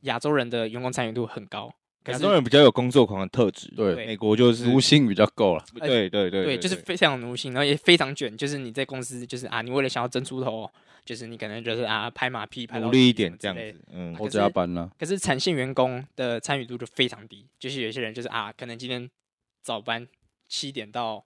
Speaker 1: 亚洲人的员工参与度很高，可
Speaker 2: 亚
Speaker 1: 是
Speaker 2: 洲人比较有工作狂的特质，
Speaker 3: 对，
Speaker 1: 对
Speaker 2: 美国就是
Speaker 3: 奴性比较够了。
Speaker 1: 哎
Speaker 2: 对对对
Speaker 1: 对，就是非常奴性，然后也非常卷。就是你在公司，就是啊，你为了想要争出头，就是你可能就是啊，拍马屁，拍到
Speaker 2: 努力一
Speaker 1: 底
Speaker 2: 点这
Speaker 1: 什么
Speaker 2: 样
Speaker 1: 之类的。
Speaker 2: 子，嗯
Speaker 1: 可
Speaker 3: 我
Speaker 1: 是
Speaker 3: 加班啦，
Speaker 1: 可是产线员工的参与度就非常低，就是有些人就是啊，可能今天早班七点到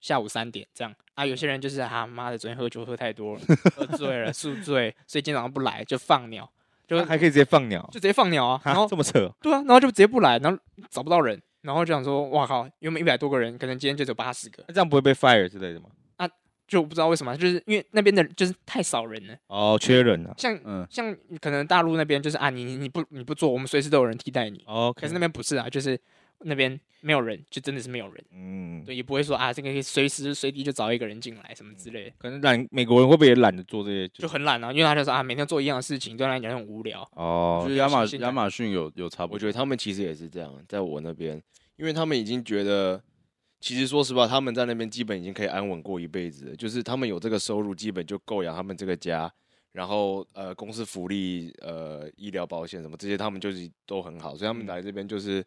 Speaker 1: 下午三点这样啊，有些人就是啊妈的，昨天喝酒喝太多了， 喝醉了宿醉，所以今天早上不来就放鸟， 就
Speaker 2: 他还可以直接放鸟，
Speaker 1: 就直接放 鸟啊，然
Speaker 2: 哈
Speaker 1: 后
Speaker 2: 这么扯，
Speaker 1: 对啊，然后就直接不来，然后找不到人，然后就想说哇靠，原本一百多个人，可能今天就只有八十个。
Speaker 2: 那这样不会被 fire 之类的吗？
Speaker 1: 就我不知道为什么，就是因为那边的人就是太少人了，
Speaker 2: 哦，缺人啊
Speaker 1: 像
Speaker 3: 嗯，
Speaker 1: 像可能大陆那边就是啊，你你你不你不做，我们随时都有人替代你。
Speaker 2: 哦，
Speaker 1: 可是那边不是啊，就是那边没有人，就真的是没有人，
Speaker 2: 嗯，
Speaker 1: 对，也不会说啊，这个可以随时随地就找一个人进来什么之类的，
Speaker 2: 可能懒美国人会不会也懒得做这些？
Speaker 1: 就很懒啊，因为他就说啊，每天做一样的事情，对他来讲很无聊。
Speaker 3: 我
Speaker 2: 哦
Speaker 3: 觉，得嗯亚马
Speaker 1: 现在
Speaker 3: 亚马逊有有差不
Speaker 4: 我
Speaker 3: 多，
Speaker 4: 觉得他们其实也是这样，在我那边，因为他们已经觉得，其实说实话，他们在那边基本已经可以安稳过一辈子了，就是他们有这个收入，基本就够养他们这个家。然后呃，公司福利、呃，医疗保险什么这些，他们就是都很好，所以他们
Speaker 2: 嗯
Speaker 4: 来这边就是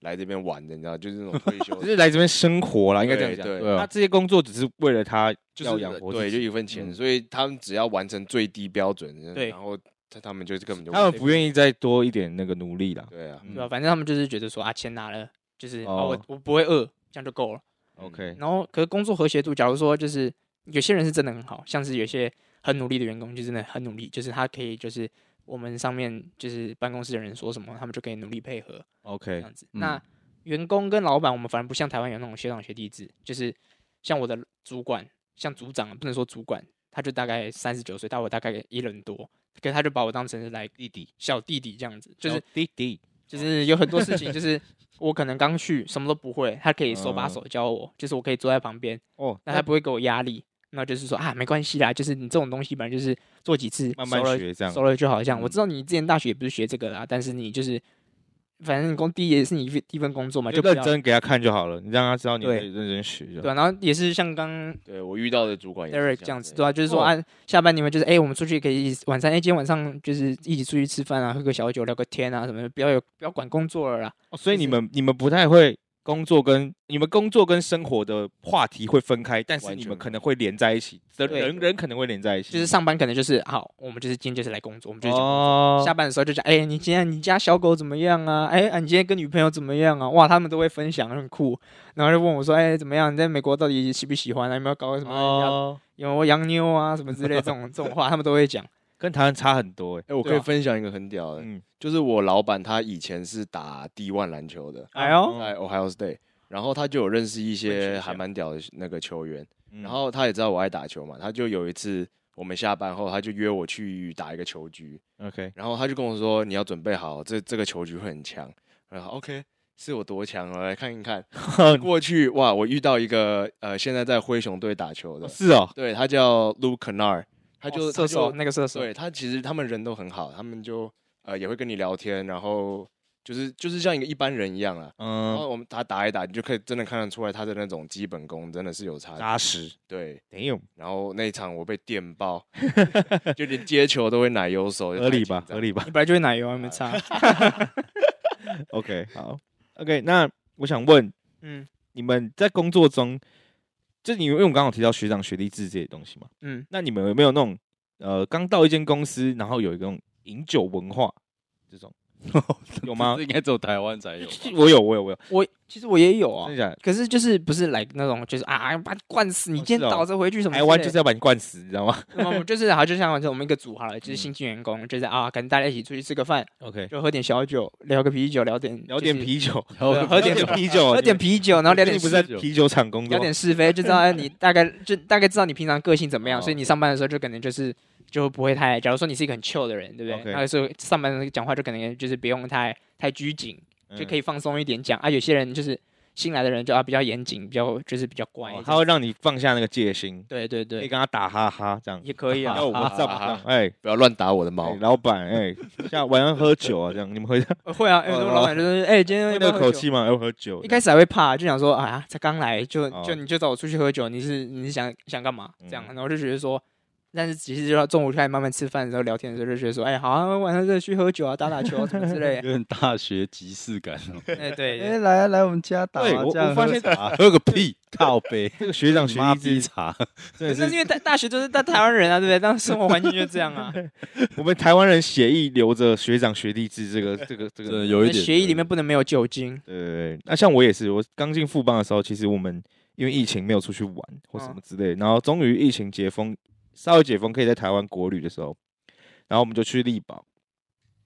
Speaker 4: 来这边玩的，你知道，就是那种退休
Speaker 2: 只，是来这边生活啦，应该这样
Speaker 4: 对
Speaker 2: 讲。
Speaker 4: 对
Speaker 3: 对
Speaker 2: 他
Speaker 3: 啊，
Speaker 2: 这些工作只是为了他
Speaker 4: 就
Speaker 2: 要
Speaker 4: 是
Speaker 2: 养活自
Speaker 4: 对，就
Speaker 2: 己，
Speaker 4: 一份钱，
Speaker 2: 嗯
Speaker 4: 所以他们只要完成最低标准，
Speaker 1: 对
Speaker 4: 然后他他们就是根本就
Speaker 2: 他们不愿意再多一点那个努力啦。
Speaker 4: 对啊，
Speaker 2: 嗯
Speaker 1: 对吧、反正他们就是觉得说啊，钱拿了，就是、啊
Speaker 2: 哦
Speaker 1: 我我不会饿，这样就够了。
Speaker 4: 嗯
Speaker 2: OK，
Speaker 1: 然后，可是工作和谐度，假如说就是有些人是真的很好，像是有些很努力的员工，就真的很努力，就是他可以就是我们上面就是办公室的人说什么，他们就可以努力配合这
Speaker 2: OK，
Speaker 1: 样子。
Speaker 3: 嗯
Speaker 1: 那员工跟老板，我们反而不像台湾有那种学长学弟制，就是像我的主管，像组长，不能说主管，他就大概三十九岁，大我大概一人多，可是他就把我当成是来
Speaker 2: 弟弟
Speaker 1: 小弟弟这样子，就是
Speaker 2: 小弟弟，
Speaker 1: 就是有很多事情，就是我可能刚去什么都不会，他可以手
Speaker 2: 嗯
Speaker 1: 把手教我，就是我可以坐在旁边，
Speaker 2: 哦，
Speaker 1: 那他不会给我压力。那就是说啊，没关系啦，就是你这种东西本来就是做几次，
Speaker 2: 慢慢
Speaker 1: 熟了
Speaker 2: 学这样
Speaker 1: 熟了就好像。我
Speaker 2: 嗯
Speaker 1: 知道你之前大学也不是学这个啊啦，但是你就是，反正你工第一也是你一份第一份工作嘛，
Speaker 2: 就
Speaker 1: 就不要
Speaker 2: 认真给他看就好了，你让他知道你
Speaker 1: 对
Speaker 2: 会认真学就
Speaker 1: 对啊
Speaker 2: 好。
Speaker 1: 吧、然后也是像刚
Speaker 4: 对我遇到的主管也是
Speaker 1: Eric
Speaker 4: 这
Speaker 1: 这样
Speaker 4: 样
Speaker 1: 子，
Speaker 4: 子
Speaker 1: 对啊，就是说
Speaker 2: 哦
Speaker 1: 啊，下班你们就是哎、我们出去可以一起晚上哎、今天晚上就是一起出去吃饭啊，喝个小酒，聊个天啊什么的，不要有不要管工作了啦。
Speaker 2: 哦所以
Speaker 1: 就
Speaker 2: 你
Speaker 1: 是
Speaker 2: 们你们不太会工作跟你们工作跟生活的话题会分开，但是
Speaker 4: 完
Speaker 2: 你
Speaker 4: 全
Speaker 2: 们可能会连在一起，人
Speaker 1: 对
Speaker 2: 人人可能会连在一起，
Speaker 1: 就是上班可能就是好，我们就是今天就是来工作，我们就是讲
Speaker 2: 哦
Speaker 1: 下班的时候就讲，哎、你今天你家小狗怎么样啊？哎、啊，你今天跟女朋友怎么样啊？哇，他们都会分享，很酷。然后就问我说，哎、怎么样？你在美国到底喜不喜欢啊？有没有搞过什么、
Speaker 2: 哦，
Speaker 1: 有没有洋妞啊？什么之类这种 这种话，他们都会讲。
Speaker 2: 跟台湾差很多哎、
Speaker 4: 哎、我可
Speaker 1: 对
Speaker 4: 以
Speaker 1: 啊
Speaker 4: 分享一个很屌的，
Speaker 2: 嗯，
Speaker 4: 就是我老板他以前是打 D1 篮球的，
Speaker 1: 哎呦，
Speaker 4: 在 Ohio State，然后他就有认识一
Speaker 2: 混血
Speaker 4: 些
Speaker 2: 校
Speaker 4: 还蛮屌的那个球员，
Speaker 2: 嗯
Speaker 4: 然后他也知道我爱打球嘛，他就有一次我们下班后，他就约我去打一个球局，
Speaker 2: OK，
Speaker 4: 然后他就跟我说你要准备好，这这个球局会很强，然后 OK。是有多强？我来看一看。
Speaker 2: 哦
Speaker 4: 过去哇，我遇到一个呃，现在在灰熊队打球的，
Speaker 2: 是哦，
Speaker 4: 对他叫 Luke Kennard，他就、
Speaker 1: 哦
Speaker 4: 他
Speaker 1: 射手
Speaker 4: 就
Speaker 1: 那个射手，
Speaker 4: 对他其实他们人都很好，他们就呃也会跟你聊天，然后就是就是像一个一般人一样啊。然
Speaker 1: 哦
Speaker 2: 嗯，
Speaker 4: 后我们打打一打，你就可以真的看得出来他的那种基本功真的是有差距。
Speaker 2: 扎实，
Speaker 4: 对，
Speaker 2: 等有
Speaker 4: 然后那一场我被电爆， 就连接球都会奶油手，就
Speaker 2: 合
Speaker 4: 太
Speaker 2: 理
Speaker 4: 紧
Speaker 2: 吧，
Speaker 4: 张
Speaker 2: 合。理 吧
Speaker 1: 你本来就会奶油，没差。
Speaker 2: ，OK，好，OK，那我想问
Speaker 1: 嗯
Speaker 2: 你们在工作中，就是你因为我们刚好提到学长学历制这些东西嘛，
Speaker 1: 嗯，
Speaker 2: 那你们有没有那种呃，刚到一间公司，然后有一种饮酒文化这 种，有吗
Speaker 3: 这？应该只有台湾 才有吧。
Speaker 2: 我有，我有，我有，
Speaker 1: 我其实我也有啊、
Speaker 2: 真的假的？
Speaker 1: 可是就是不是来那种就是啊啊把你灌死，你
Speaker 2: 哦
Speaker 1: 今
Speaker 2: 是
Speaker 1: 天
Speaker 2: 哦
Speaker 1: 倒着回去什么之类的？
Speaker 2: 台湾就是要把你灌死，你知道吗
Speaker 1: 我们就是好，就像我们一个组好了，就是
Speaker 2: 嗯
Speaker 1: 新进员工，就是啊，可能大家一起出去吃个饭，
Speaker 2: ？OK，
Speaker 1: 就喝点小酒，聊个啤酒，聊点
Speaker 2: 聊点，
Speaker 1: 就是
Speaker 2: 啤酒，
Speaker 3: 然 后
Speaker 1: 对喝点
Speaker 2: 点啤酒，
Speaker 1: 喝点啤酒，然后聊点
Speaker 2: 你不是
Speaker 1: 是
Speaker 2: 在啤酒厂工作
Speaker 1: 聊，点是非，就知道哎你大概就大概知道你平常个性怎么样，
Speaker 2: 哦
Speaker 1: 所以你上班的时候就可能就是就不会太，假如说你是一个很 chill 的人，对不
Speaker 2: OK
Speaker 1: 对？那时候上班的时候讲话就可能就是不用太太拘谨，就可
Speaker 2: 以。
Speaker 1: 以放松一点讲啊。有些人就是新来的人就啊比较严谨，比较就是比较乖
Speaker 2: 哦，
Speaker 1: 这
Speaker 2: 他
Speaker 1: 样
Speaker 2: 会让你放下那个戒心，
Speaker 1: 对对
Speaker 2: 可以
Speaker 1: 对，
Speaker 2: 跟他打哈哈这样。
Speaker 1: 也可 以啊
Speaker 2: 要。我
Speaker 1: 啊
Speaker 2: 知道吧？哎，
Speaker 4: 不要乱打我的毛
Speaker 2: 哎，老 板，哎，下晚上喝酒啊，这样你们会
Speaker 1: 呃 会啊，有时候老板 就是哎，今天
Speaker 2: 会
Speaker 1: 要不
Speaker 2: 那
Speaker 1: 要
Speaker 2: 个
Speaker 1: 喝
Speaker 2: 口
Speaker 1: 酒
Speaker 2: 气吗？要喝酒
Speaker 1: 一，开始还会怕，就想说啊，才刚来就
Speaker 2: 哦
Speaker 1: 就你就找我出去喝酒，你是你是想想干嘛这样？
Speaker 2: 嗯
Speaker 1: 然后就觉得说，但是其实就到中午开始慢慢吃饭的时候聊天的时候，就觉得说，哎，好啊，晚上再去喝酒啊，打打球啊什么之类的。
Speaker 3: 有点大学即视感哦。
Speaker 1: 哎，对，
Speaker 3: 哎，来啊来我们家打
Speaker 2: 哎对我
Speaker 3: 麻将，
Speaker 2: 我发现
Speaker 3: 喝茶 喝个屁，靠背，
Speaker 2: 这个学长学
Speaker 3: 妈
Speaker 2: 弟
Speaker 3: 逼
Speaker 2: 制
Speaker 3: 茶，
Speaker 1: 那
Speaker 2: 真的
Speaker 1: 是因
Speaker 2: 是
Speaker 1: 为大大学都是大台湾人啊，对不对？当时生活环境就这样啊。
Speaker 2: 我们台湾人协议留着学长学弟制这个这个这
Speaker 3: 真
Speaker 2: 个
Speaker 3: 的有一
Speaker 1: 那
Speaker 3: 点。
Speaker 1: 协议里面不能没有酒精。
Speaker 2: 对对对，那像我也是，我刚进富邦的时候，其实我们因为疫情没有出去玩或什么之类的，然后终于疫情解封，稍微解封可以在台湾国旅的时候，然后我们就去力宝，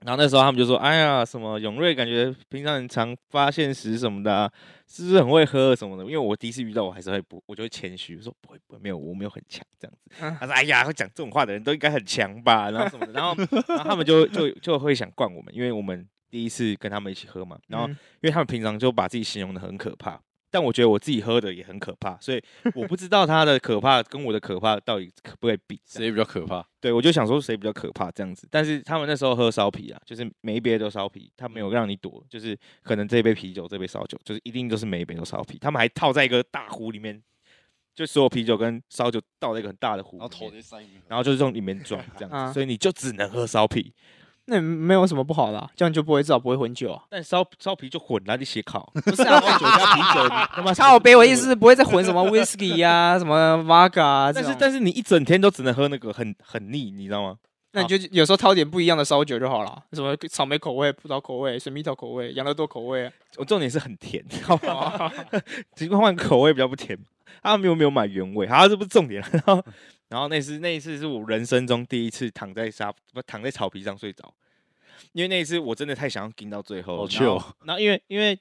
Speaker 2: 然后那时候他们就说：“哎呀，什么永瑞感觉平常很常发现时什么的、啊，是不是很会喝什么的？”因为我第一次遇到，我还是会不，我就会谦虚，我说不会不会，没有，我没有很强这样子。
Speaker 1: 嗯
Speaker 2: 他说：“哎呀，会讲这种话的人都应该很强吧？”然后什么的，然后然后他们就就就会想灌我们，因为我们第一次跟他们一起喝嘛，然后。
Speaker 1: 嗯
Speaker 2: 因为他们平常就把自己形容的很可怕，但我觉得我自己喝的也很可怕，所以我不知道他的可怕跟我的可怕到底可不可以 比。
Speaker 3: 谁比较可怕？
Speaker 2: 对，我就想说谁比较可怕这样子。但是他们那时候喝烧啤啊，就是每一杯都烧啤，他没有让你躲，就是可能这杯啤酒、这杯烧酒，就是一定都是每一杯都烧啤。他们还套在一个大壶里面，就所有啤酒跟烧酒倒在一个很大的壶
Speaker 1: 哦
Speaker 2: 里面，
Speaker 3: 直塞进去
Speaker 2: 然后就是从里面装这样
Speaker 1: 啊
Speaker 2: 子，所以你就只能喝烧啤。
Speaker 1: 那没有什么不好啦，这样就不会至少不会混酒啊。
Speaker 2: 但烧烧啤就混了，你写考，
Speaker 1: 不是啊，
Speaker 2: 烧酒加啤酒，你他 妈
Speaker 1: 靠杯，我意
Speaker 2: 思。
Speaker 1: 思是不会再混什么 whisky 呀、什么 vodka 啊这
Speaker 2: 但
Speaker 1: 种
Speaker 2: 是。但是你一整天都只能喝那个很很腻，你知道吗？
Speaker 1: 那你就有时候挑点不一样的烧酒就好了，什么草莓口味、葡萄口味、水蜜桃口味、养乐多口味。啊
Speaker 2: 我重点是很甜，好不好？
Speaker 1: 哦
Speaker 2: 只不过换口味比较不甜。他们又没有买原味，好，这不是重点。 然后然后那次那一次是我人生中第一次躺在沙不躺在草皮上睡着，因为那一次我真的太想要跟到最后了。然
Speaker 3: 好
Speaker 2: 后
Speaker 3: chill
Speaker 2: 然后因为因为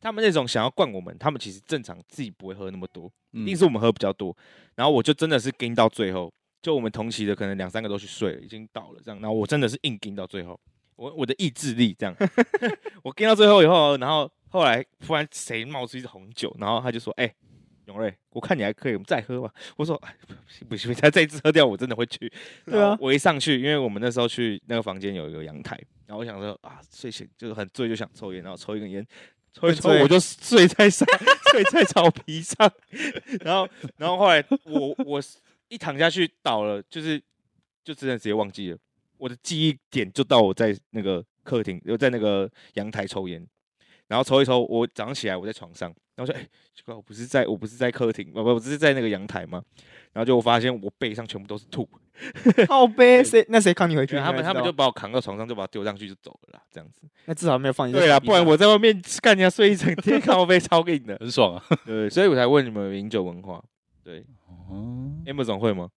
Speaker 2: 他们那种想要灌我们，他们其实正常自己不会喝那么多，一定
Speaker 3: 嗯，
Speaker 2: 是我们喝比较多。然后我就真的是跟到最后，就我们同期的可能两三个都去睡了，已经到了这样。然后我真的是硬跟到最后，我我的意志力 这样，我跟到最后以后，然后后来突然谁冒出一支红酒，然后他就说：“哎、永瑞，我看你还可以，我们再喝吧。”我说：“哎，不行不行，他再一次喝掉，我真的会去。”
Speaker 1: 对啊，
Speaker 2: 我一上去，因为我们那时候去那个房间有一个阳台，然后我想说啊，睡醒就是很醉，就想抽烟，然后抽一根烟，抽一抽
Speaker 1: 很醉
Speaker 2: 我就睡在沙 睡在草皮上，然后然后后来我我一躺下去倒了，就是就真的直接忘记了，我的记忆点就到我在那个客厅，就在那个阳台抽烟，然后抽一抽，我早上起来我在床上，然后说，哎、奇怪，我不是在我不是在客厅，不不，我只是在那个阳台吗？然后就我发现我背上全部都是吐，
Speaker 1: 靠背，谁那谁扛你回去？
Speaker 2: 然后他们
Speaker 1: 你还
Speaker 2: 他
Speaker 1: 知道
Speaker 2: 们就把我扛到床上，就把我丢上去就走了啦，这样子。
Speaker 1: 那至少没有放你在
Speaker 2: 对啦，
Speaker 1: 墙壁
Speaker 2: 不然
Speaker 1: 上
Speaker 2: 我在外面干人家睡一整天， 靠背超硬的。
Speaker 3: 很爽啊。
Speaker 2: 对，所以我才问你们有没有饮酒文化。对，M 总会吗？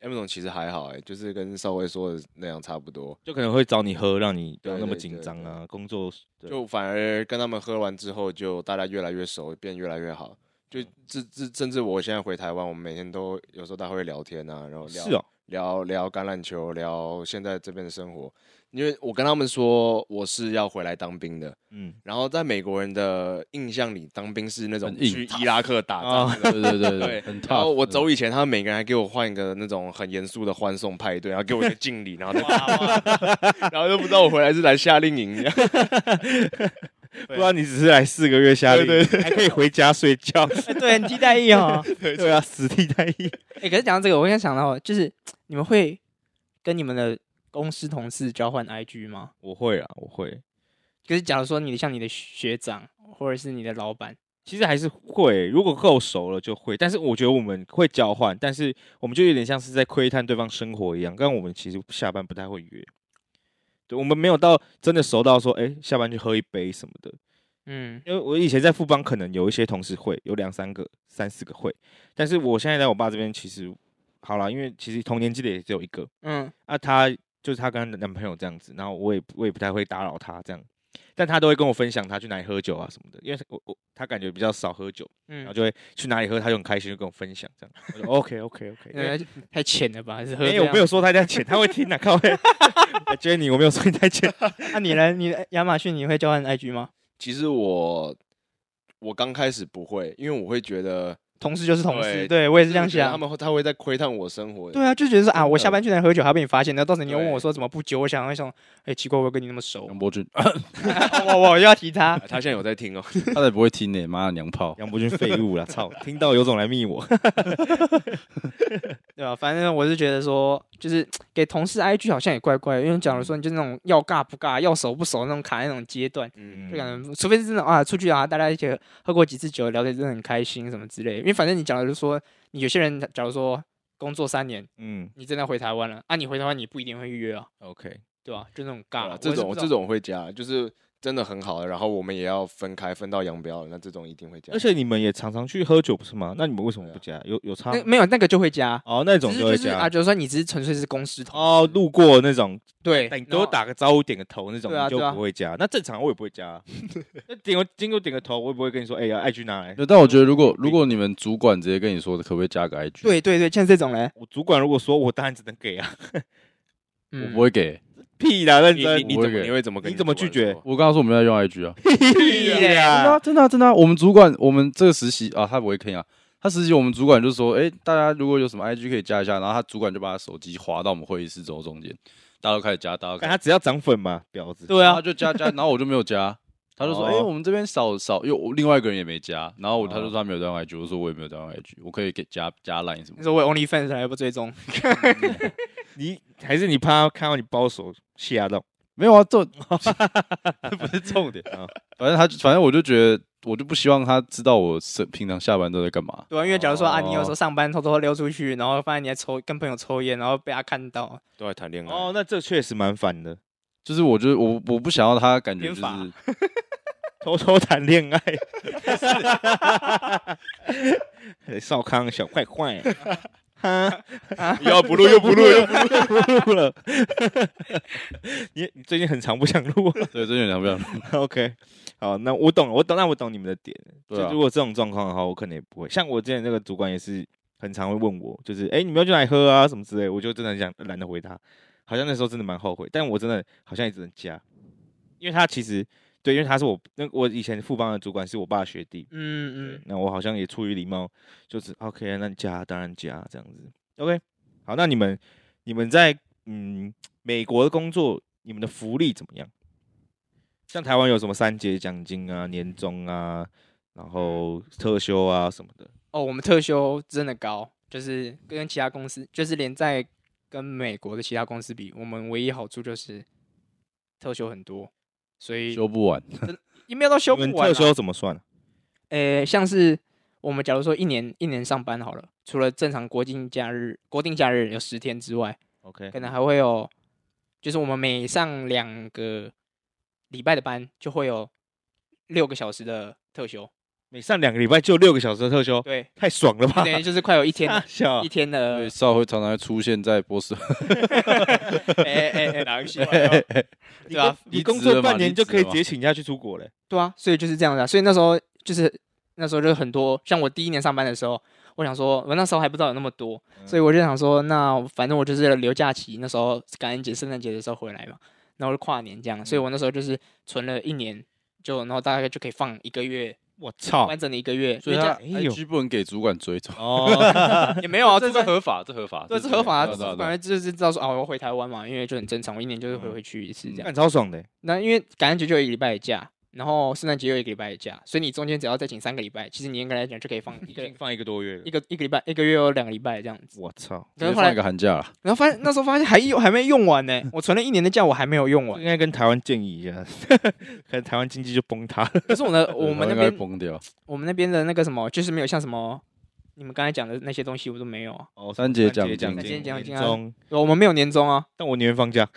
Speaker 4: M 总其实还好哎、就是跟稍微说的那样差不多，
Speaker 2: 就可能会找你喝，让你不要
Speaker 4: 对
Speaker 2: 那么
Speaker 4: 对
Speaker 2: 紧
Speaker 4: 对
Speaker 2: 张
Speaker 4: 对
Speaker 2: 啊。工作对
Speaker 4: 就反而跟他们喝完之后，就大家越来越熟，变越来越好。
Speaker 2: 嗯
Speaker 4: 就至至甚至我现在回台湾，我们每天都有时候大家会聊天啊，然后聊
Speaker 2: 是哦，
Speaker 4: 聊聊橄榄球，聊现在这边的生活。因为我跟他们说我是要回来当兵的，
Speaker 2: 嗯，
Speaker 4: 然后在美国人的印象里，当兵是那种
Speaker 3: 很硬
Speaker 4: 去伊拉克打
Speaker 2: 哦
Speaker 1: 啊
Speaker 4: 仗的
Speaker 3: 对对对
Speaker 4: 对
Speaker 3: 很 tough。嗯
Speaker 4: 然后我
Speaker 1: 嗯
Speaker 4: 走以前，他们每个人还给我换一个那种很严肃的欢送派对，然后给我一个敬礼，然后再 然后就不知道我回来是来夏令营一样。
Speaker 2: 不然你只是来四个月夏令营，还可以回家睡觉。
Speaker 1: 哎 对很替代役 哦。
Speaker 2: 对啊，死替代役。
Speaker 1: 哎、可是讲到这个，我刚才想到，哦就是你们会跟你们的公司同事交换 IG 吗？
Speaker 2: 我会啊，我会。
Speaker 1: 可是假如说你像你的学长或者是你的老板，
Speaker 2: 其实还是会，如果够熟了就会。但是我觉得我们会交换，但是我们就有点像是在窥探对方生活一样。但我们其实下班不太会约，对我们没有到真的熟到说，哎、下班去喝一杯什么的。
Speaker 1: 嗯，
Speaker 2: 因为我以前在富邦可能有一些同事会有两三个、三四个会，但是我现在在我爸这边其实好啦，因为其实同年纪的也只有一个
Speaker 1: 嗯，
Speaker 2: 啊，他就是他跟她男朋友这样子，然后我也不我也不太会打扰他这样，但他都会跟我分享他去哪里喝酒啊什么的，因为我我他感觉比较少喝酒，
Speaker 1: 嗯
Speaker 2: 然后就会去哪里喝，他就很开心就跟我分享这样。我就 OK OK OK，因为
Speaker 1: 呃，太浅了吧？还是呃喝
Speaker 2: 没有
Speaker 1: 这
Speaker 2: 我
Speaker 1: 样
Speaker 2: 没有说他在钱，他会听的、靠背。Jenny，我没有哎说你在钱，
Speaker 1: 那、你呢？你的亚马逊你会交换 IG 吗？
Speaker 4: 其实我我刚开始不会，因为我会觉得
Speaker 1: 同事就是同事，
Speaker 4: 对
Speaker 1: 对我也是这样
Speaker 4: 就觉得
Speaker 1: 想。
Speaker 4: 他们会他会在窥探我生活。
Speaker 1: 对啊，就觉得说啊，
Speaker 4: 真的
Speaker 1: 我下班去哪里喝酒，还被你发现，然后到时候你又问
Speaker 4: 对
Speaker 1: 我说怎么不揪，我想我想，哎、奇怪，我跟你那么熟
Speaker 3: 杨，伯钧，
Speaker 1: 我 我又要提他
Speaker 4: 啊，，嗯 他现在有在听哦。
Speaker 3: 他才不会听呢，妈的娘 炮。
Speaker 2: 杨伯钧废物啦，操！听到有种来密我。
Speaker 1: 对吧、啊反正我是觉得说，就是给同事 IG 好像也怪怪的，因为假如说你就那种要尬不尬，要熟不熟那种卡那种阶段，
Speaker 4: 嗯
Speaker 1: 就感觉，除非是真的啊，出去啊，大家一起喝过几次酒，聊得真的很开心什么之类的。因为反正你假如说，你有些人假如说工作三年，
Speaker 2: 嗯
Speaker 1: 你真的回台湾了啊，你回台湾你不一定会预约啊，
Speaker 2: ，OK，
Speaker 1: 对吧、就那种
Speaker 4: 对
Speaker 1: 尬，
Speaker 4: 啊
Speaker 1: 我
Speaker 4: 这
Speaker 1: 也是
Speaker 4: 种
Speaker 1: 不知
Speaker 4: 这
Speaker 1: 道
Speaker 4: 种会加，就是真的很好的。然后我们也要分开分道扬镳了，那这种一定会加。
Speaker 2: 而且你们也常常去喝酒不是吗？那你们为什么不加？有有差
Speaker 1: 啊那没有那个就会加，
Speaker 2: 哦，那
Speaker 1: 只
Speaker 2: 种
Speaker 1: 是
Speaker 2: 就
Speaker 1: 就
Speaker 2: 会
Speaker 1: 是啊，
Speaker 2: 加
Speaker 1: 就是说你只是纯粹是公司同
Speaker 2: 哦，路过那种，
Speaker 1: 对，
Speaker 2: 但你
Speaker 1: 哎然
Speaker 2: 多
Speaker 1: 后
Speaker 2: 打个招呼、点个头那种，
Speaker 1: 对啊
Speaker 2: 你就
Speaker 1: 对啊
Speaker 2: 不会加。那正常我也不 会加，啊那点个经过点个头，我也不会跟你说，哎呀，爱去拿来。
Speaker 3: 对但我觉得如果如果你们主管直接跟你说可不可以加个 IG，，
Speaker 1: 对对对，像这种嘞，
Speaker 2: 我主管如果说我当然只能给啊，
Speaker 3: 我
Speaker 1: 嗯，
Speaker 3: 不会给。
Speaker 2: 屁啦，认
Speaker 4: 你
Speaker 2: 真
Speaker 4: 你你
Speaker 3: 我会
Speaker 4: 怎么
Speaker 3: 给
Speaker 4: 你会怎么跟
Speaker 2: 你怎么
Speaker 4: 主管
Speaker 2: 拒绝
Speaker 4: 说
Speaker 3: 我刚刚说我们在用 IG 啊，
Speaker 1: 屁
Speaker 2: 屁
Speaker 3: 真的啊
Speaker 2: 啦，
Speaker 3: 真的啊真的啊，我们主管我们这个实习啊，他不会坑啊。他实习，我们主管就说：“哎、大家如果有什么 IG 可以加一下。”然后他主管就把他手机划到我们会议室走中间，大家都开始加，大家都开
Speaker 2: 但他
Speaker 3: 始
Speaker 2: 只要涨粉嘛，婊子。
Speaker 1: 对
Speaker 3: 然
Speaker 1: 啊
Speaker 3: 后，就加加，然后我就没有加， 他就说，
Speaker 2: 哦
Speaker 3: 哎、我们这边少少，因为我另外一个人也没加，然后我
Speaker 2: 哦
Speaker 3: 他就说他没有在用 IG，我说我也没有在用 IG，我可以给加加 line 什
Speaker 1: 你
Speaker 3: 么的。
Speaker 1: 说我 OnlyFans 还不追踪，
Speaker 2: 你还是你怕看到你包手 吓到，
Speaker 3: 没有啊，这不是重 点
Speaker 2: 啊
Speaker 3: 啊，反正他反正我就觉得，我就不希望他知道我是平常下班都在干嘛。
Speaker 1: 对啊，因为假如说啊，
Speaker 2: 哦
Speaker 1: 你有时候上班偷偷溜出去，然后发现你在抽跟朋友抽烟，然后被他看到，
Speaker 4: 都在谈恋爱？
Speaker 2: 哦，那这确实蛮烦的，
Speaker 3: 就是我就我我不想要他感觉就
Speaker 1: 编法
Speaker 3: 是
Speaker 2: 偷偷谈恋爱。 少康小坏坏， 哈，啊
Speaker 4: 要不录 又不录又不录，
Speaker 2: 不录了。 你你最近很长不想录啊
Speaker 3: 对，真的有点不想。
Speaker 2: OK，好，那我懂了，我懂，那我懂你们的点。
Speaker 3: 对
Speaker 2: 就
Speaker 3: 啊
Speaker 2: 如，果这种状况的话，我可能也不会。像我之前那个主管也是，很常会问我，就是哎、诶你们要去哪里喝啊什么之类的，我就真的很想懒得回他。好像那时候真的蛮后悔，但我真的好像也只能加，因为他其实对，因为他是我那我以前富邦的主管是我爸的学弟，
Speaker 1: 嗯
Speaker 2: 对
Speaker 1: 嗯，，
Speaker 2: 那我好像也出于礼貌，就是 OK，那你啊加当然加这样子。OK，好，那你们你们在嗯美国的工作，你们的福利怎么样？像台湾有什么三节奖金啊、年终啊，然后特休啊什么的。
Speaker 1: 哦，我们特休真的高，就是跟其他公司，就是连在跟美国的其他公司比，我们唯一好处就是特休很多，所以
Speaker 3: 修不完，
Speaker 1: 也没有到修
Speaker 2: 你们
Speaker 1: 不完、
Speaker 2: 特休
Speaker 1: 啊。
Speaker 2: 怎么算？
Speaker 1: 诶、呃像是我们假如说一年一年上班好了，除了正常国定假日、国定假日有十天之外，
Speaker 2: OK，
Speaker 1: 可能还会有，就是我们每上两个礼拜的班就会有六个小时的特休，
Speaker 2: 每上两个礼拜就六个小时的特休，
Speaker 1: 对，
Speaker 2: 太爽了吧
Speaker 1: 就？等于就是快有一天 的
Speaker 2: 大小
Speaker 1: 一天
Speaker 3: 所以
Speaker 1: 的，
Speaker 3: 少会常常会出现在波士顿，
Speaker 1: 哎哎哎，哪个习惯啊
Speaker 2: 你
Speaker 1: 对啊
Speaker 2: 工你
Speaker 3: 离
Speaker 2: 工
Speaker 3: 职
Speaker 2: 作
Speaker 3: 了嘛
Speaker 2: 半年
Speaker 3: 离
Speaker 2: 就
Speaker 3: 职
Speaker 2: 可以
Speaker 3: 了
Speaker 2: 直
Speaker 3: 嘛
Speaker 2: 接请假去出国嘞。
Speaker 1: 对啊，所以就是这样的啊、所以那时候就是那时候就很多，像我第一年上班的时候，我想说，我那时候还不知道有那么多，所以我就想说，那反正我就是留假期，那时候感恩节、圣诞节的时候回来嘛，然后就跨年这样，所以我那时候就是存了一年，就然后大概就可以放一个月，
Speaker 2: 我操！
Speaker 1: 完整的一个月，
Speaker 3: 所以
Speaker 1: 因为
Speaker 3: 他
Speaker 1: 这
Speaker 2: 哎呦
Speaker 3: IG 不能给主管追踪。
Speaker 2: 哦，
Speaker 1: 样也没 有啊，这
Speaker 4: 这
Speaker 1: 是合
Speaker 4: 合法，这合法，
Speaker 1: 对是合法
Speaker 3: 对对
Speaker 1: 啊，
Speaker 3: 对
Speaker 1: 反正就是知道说啊，我要回台湾嘛，因为就很正常，我一年就是回回去一次这样。
Speaker 2: 干超爽的。
Speaker 1: 那因为感恩节就有一个礼拜的假，然后圣诞节又有一个礼拜的假，所以你中间只要再请三个礼拜，其实你应该来讲就可以放一
Speaker 2: 已
Speaker 1: 个
Speaker 2: 经放一个多月了
Speaker 1: 一。个一个礼拜，一个月哦有两个礼拜这样子。
Speaker 2: 我操！
Speaker 1: 可
Speaker 3: 直
Speaker 1: 是
Speaker 3: 接
Speaker 1: 后来
Speaker 3: 放一，个寒假啦，
Speaker 1: 然后发现那时候发现还有还没用完呢，我存了一年的假，我还没有用
Speaker 2: 这
Speaker 1: 完
Speaker 2: 应。该跟台湾建议一下， 可能台湾经济就崩塌了。
Speaker 1: 可是我的我们那
Speaker 3: 应该
Speaker 1: 边
Speaker 3: 崩掉。
Speaker 1: 我们那边的那个什么，就是没有像什么你们刚才讲的那些东西，我都没有啊。
Speaker 2: 哦
Speaker 3: 三节奖金
Speaker 1: 三节奖金啊
Speaker 2: 中，
Speaker 1: 我们没有年终啊，
Speaker 2: 但我宁愿放假。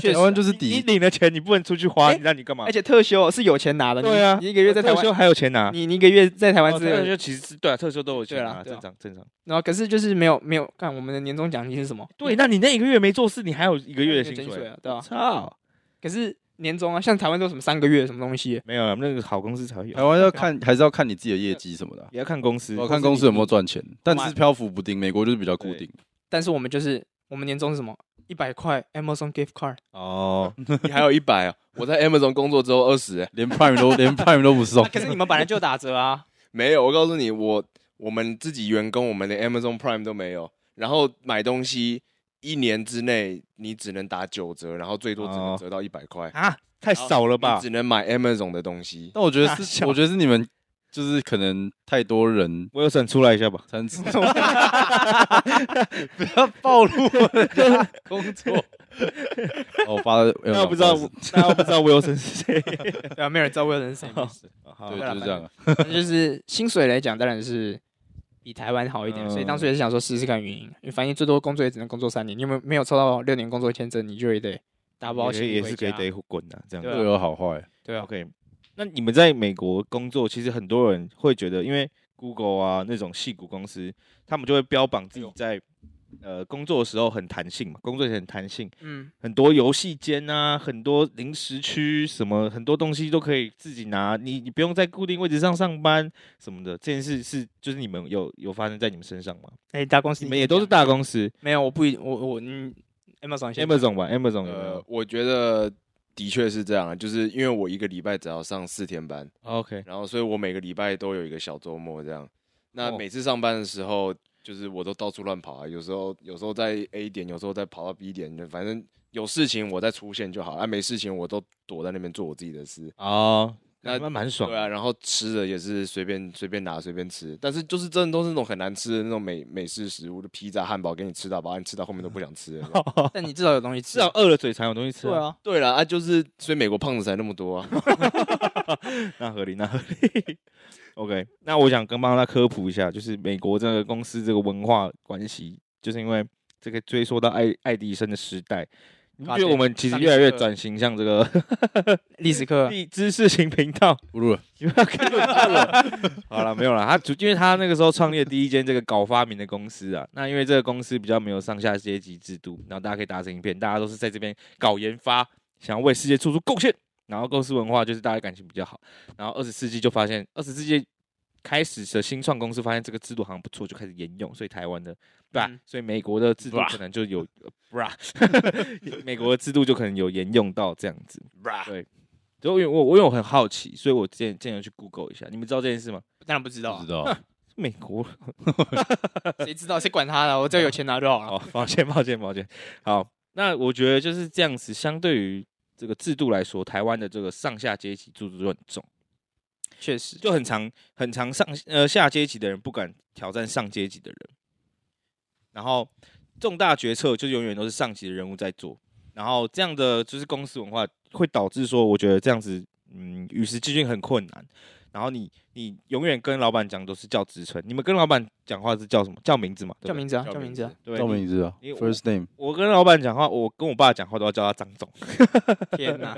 Speaker 1: 确
Speaker 3: 台湾
Speaker 1: 实，
Speaker 3: 就是
Speaker 2: 你
Speaker 3: 底，
Speaker 2: 领了钱，你不能出去花，
Speaker 1: 哎
Speaker 2: 你让你干嘛
Speaker 1: 而？且特休哦是有钱拿的。你
Speaker 2: 对啊
Speaker 1: 你一个月在台
Speaker 2: 特
Speaker 1: 湾，
Speaker 2: 休还有钱拿。
Speaker 1: 你你一个月在台湾
Speaker 2: 哦
Speaker 1: 是
Speaker 2: 特
Speaker 1: 有，
Speaker 2: 休其实是对啊，特休都有钱
Speaker 1: 对
Speaker 2: 拿，
Speaker 1: 啦对啊
Speaker 2: 正常正常。
Speaker 1: 然后可是就是没有没有看我们的年终奖金是什么？
Speaker 2: 对，那你那一个月没做事，你还有一个
Speaker 1: 一
Speaker 2: 月的薪
Speaker 1: 水
Speaker 2: 水。
Speaker 1: 啊，对吧？
Speaker 2: 操！
Speaker 1: 可是年终啊，像台湾都什么三个月什么东西，
Speaker 2: 没有，啊那个好公司才会有
Speaker 3: 台，湾要看还是要看你自己的业绩什么的啊。
Speaker 2: 也要看公司。
Speaker 3: 我看公司有没有
Speaker 2: 你
Speaker 3: 赚钱，但是漂浮不定。美国就是比较固定，
Speaker 1: 但是我们就是我们年终是什么一百块 Amazon gift card，
Speaker 2: 哦，
Speaker 4: 你还有一百啊！我在 Amazon 工作之后二十，欸
Speaker 3: 连 Prime 都 连 Prime 都不送
Speaker 1: 啊。可是你们本来就打折啊，
Speaker 4: 没有，我告诉你，我我们自己员工，我们连 Amazon Prime 都没有。然后买东西，一年之内你只能打九折，然后最多只能
Speaker 2: 哦
Speaker 4: 折到一百块，
Speaker 2: 啊，太少了吧
Speaker 4: 你只？能买 Amazon 的东西。
Speaker 3: 但我觉
Speaker 2: 大
Speaker 3: 得
Speaker 2: 小
Speaker 3: 是，我觉得是你们就是可能太多人
Speaker 2: 我有省出来一下吧。
Speaker 3: 参知，不要 暴露我的工作。哦，我发的，
Speaker 2: 大家不知道，大家不知道 Wilson 是 谁。
Speaker 1: 对啊，没有人知道为了是谁，
Speaker 2: 哦好
Speaker 3: 对，
Speaker 1: 好
Speaker 3: 就是这样啊。
Speaker 1: 反正就是薪水来讲当然是比台湾好一
Speaker 2: 嗯
Speaker 1: 点，所以当初也是想说试试看原因，因为反正最多工作也只能工作三年，你有没有没有抽到六年工作签证，你就也得打包行
Speaker 2: 也
Speaker 1: 李
Speaker 2: 也
Speaker 1: 回
Speaker 2: 是
Speaker 1: 家
Speaker 2: 可以得滚的这样。
Speaker 1: 对啊
Speaker 3: 各有好坏。
Speaker 1: 对啊，
Speaker 2: OK，那你们在美国工作，其实很多人会觉得，因为 Google 啊那种细股公司，他们就会标榜自己在呃工作的时候很弹性嘛，工作也很弹性，
Speaker 1: 嗯，
Speaker 2: 很多游戏间啊，很多零食区什么，很多东西都可以自己拿，你你不用在固定位置上上班什么的。这件事是就是你们有有发生在你们身上吗？
Speaker 1: 哎，大公司
Speaker 2: 你们也都是大公司
Speaker 1: 没有，我不一我我嗯 Amazon 先讲
Speaker 2: ，Amazon 吧，Amazon 有没
Speaker 4: 呃
Speaker 2: 有，
Speaker 4: 我觉得的确是这样啊，就是因为我一个礼拜只要上四天班，
Speaker 2: 哦？OK，
Speaker 4: 然后所以我每个礼拜都有一个小周末这样。那
Speaker 2: 哦
Speaker 4: 每次上班的时候，就是我都到处乱跑啊，有时候有时候在 A 点，有时候再跑到 B 点，反正有事情我再出现就好，啊没事情我都躲在那边做我自己的事。
Speaker 2: 哦，
Speaker 4: 那
Speaker 2: 那蛮爽
Speaker 4: 对，啊，然后吃的也是随便随便拿随便吃，但是就是真的都是那种很难吃的那种美美式食物，就披萨、汉堡给你吃到饱，你吃到后面都不 想吃了。
Speaker 1: 但你至少有东西吃
Speaker 2: 至少
Speaker 1: 啊，
Speaker 2: 饿了嘴才有东西吃
Speaker 1: 对
Speaker 2: 啊。
Speaker 1: 啊，
Speaker 4: 对了啊，就是所以美国胖子才那么多啊。
Speaker 2: 那合理，那合理。OK，那我想跟帮他科普一下，就是美国这个公司这个文化关系，就是因为这个追溯到爱爱迪生的时代，你不觉得我们其实越来越转型向这个
Speaker 1: 历史课啊
Speaker 2: 地 知识型频道？
Speaker 3: 不录了，
Speaker 2: 你不要跟我讲了。 好了，没有了。他主，因为他那个时候创立的第一间这个搞发明的公司啊， 那因为这个公司比较没有上下阶级制度，然后大家可以打成一片，大家都是在这边搞研发，想要为世界做出贡献。然后公司文化就是大家感情比较好。然后二十世纪就发现，二十世纪开始的新创公司发现这个制度好像不错，就开始沿用。所以台湾的对吧、
Speaker 1: 嗯
Speaker 2: 所以美国的制度
Speaker 3: 吧
Speaker 2: 可能就有 bra，美 国的制度就可能有沿用到这样子。所以我有我我有很好奇，所以我之前之前有去 Google 一下，你们知道这件事吗？
Speaker 1: 当然不知道
Speaker 3: 不
Speaker 1: 啊
Speaker 3: 知，道。
Speaker 2: 美国
Speaker 1: 谁知道谁管他呢？我只要有钱拿就好了。
Speaker 2: 哦，抱歉抱歉抱歉。好，那我觉得就是这样子，相对于这个制度来说，台湾的这个上下阶级制度就很重，
Speaker 1: 确实，
Speaker 2: 就很常很常上呃下阶级的人不敢挑战上阶级的人，然后重大决策就永远都是上级的人物在做，然后这样的就是公司文化会导致说，我觉得这样子嗯与时俱进很困难。然后你你永远跟老板讲都是叫职称，你们跟老板讲话是叫什么？叫名字嘛？对
Speaker 1: 叫
Speaker 2: 不对
Speaker 1: 名字啊，
Speaker 4: 叫
Speaker 1: 叫名字啊，
Speaker 2: 对
Speaker 3: 叫
Speaker 2: 你
Speaker 3: 名字啊
Speaker 2: 因为我
Speaker 3: ，first name，
Speaker 2: 我跟老板讲话，我跟我爸讲话都要叫他张总，
Speaker 1: 天哪，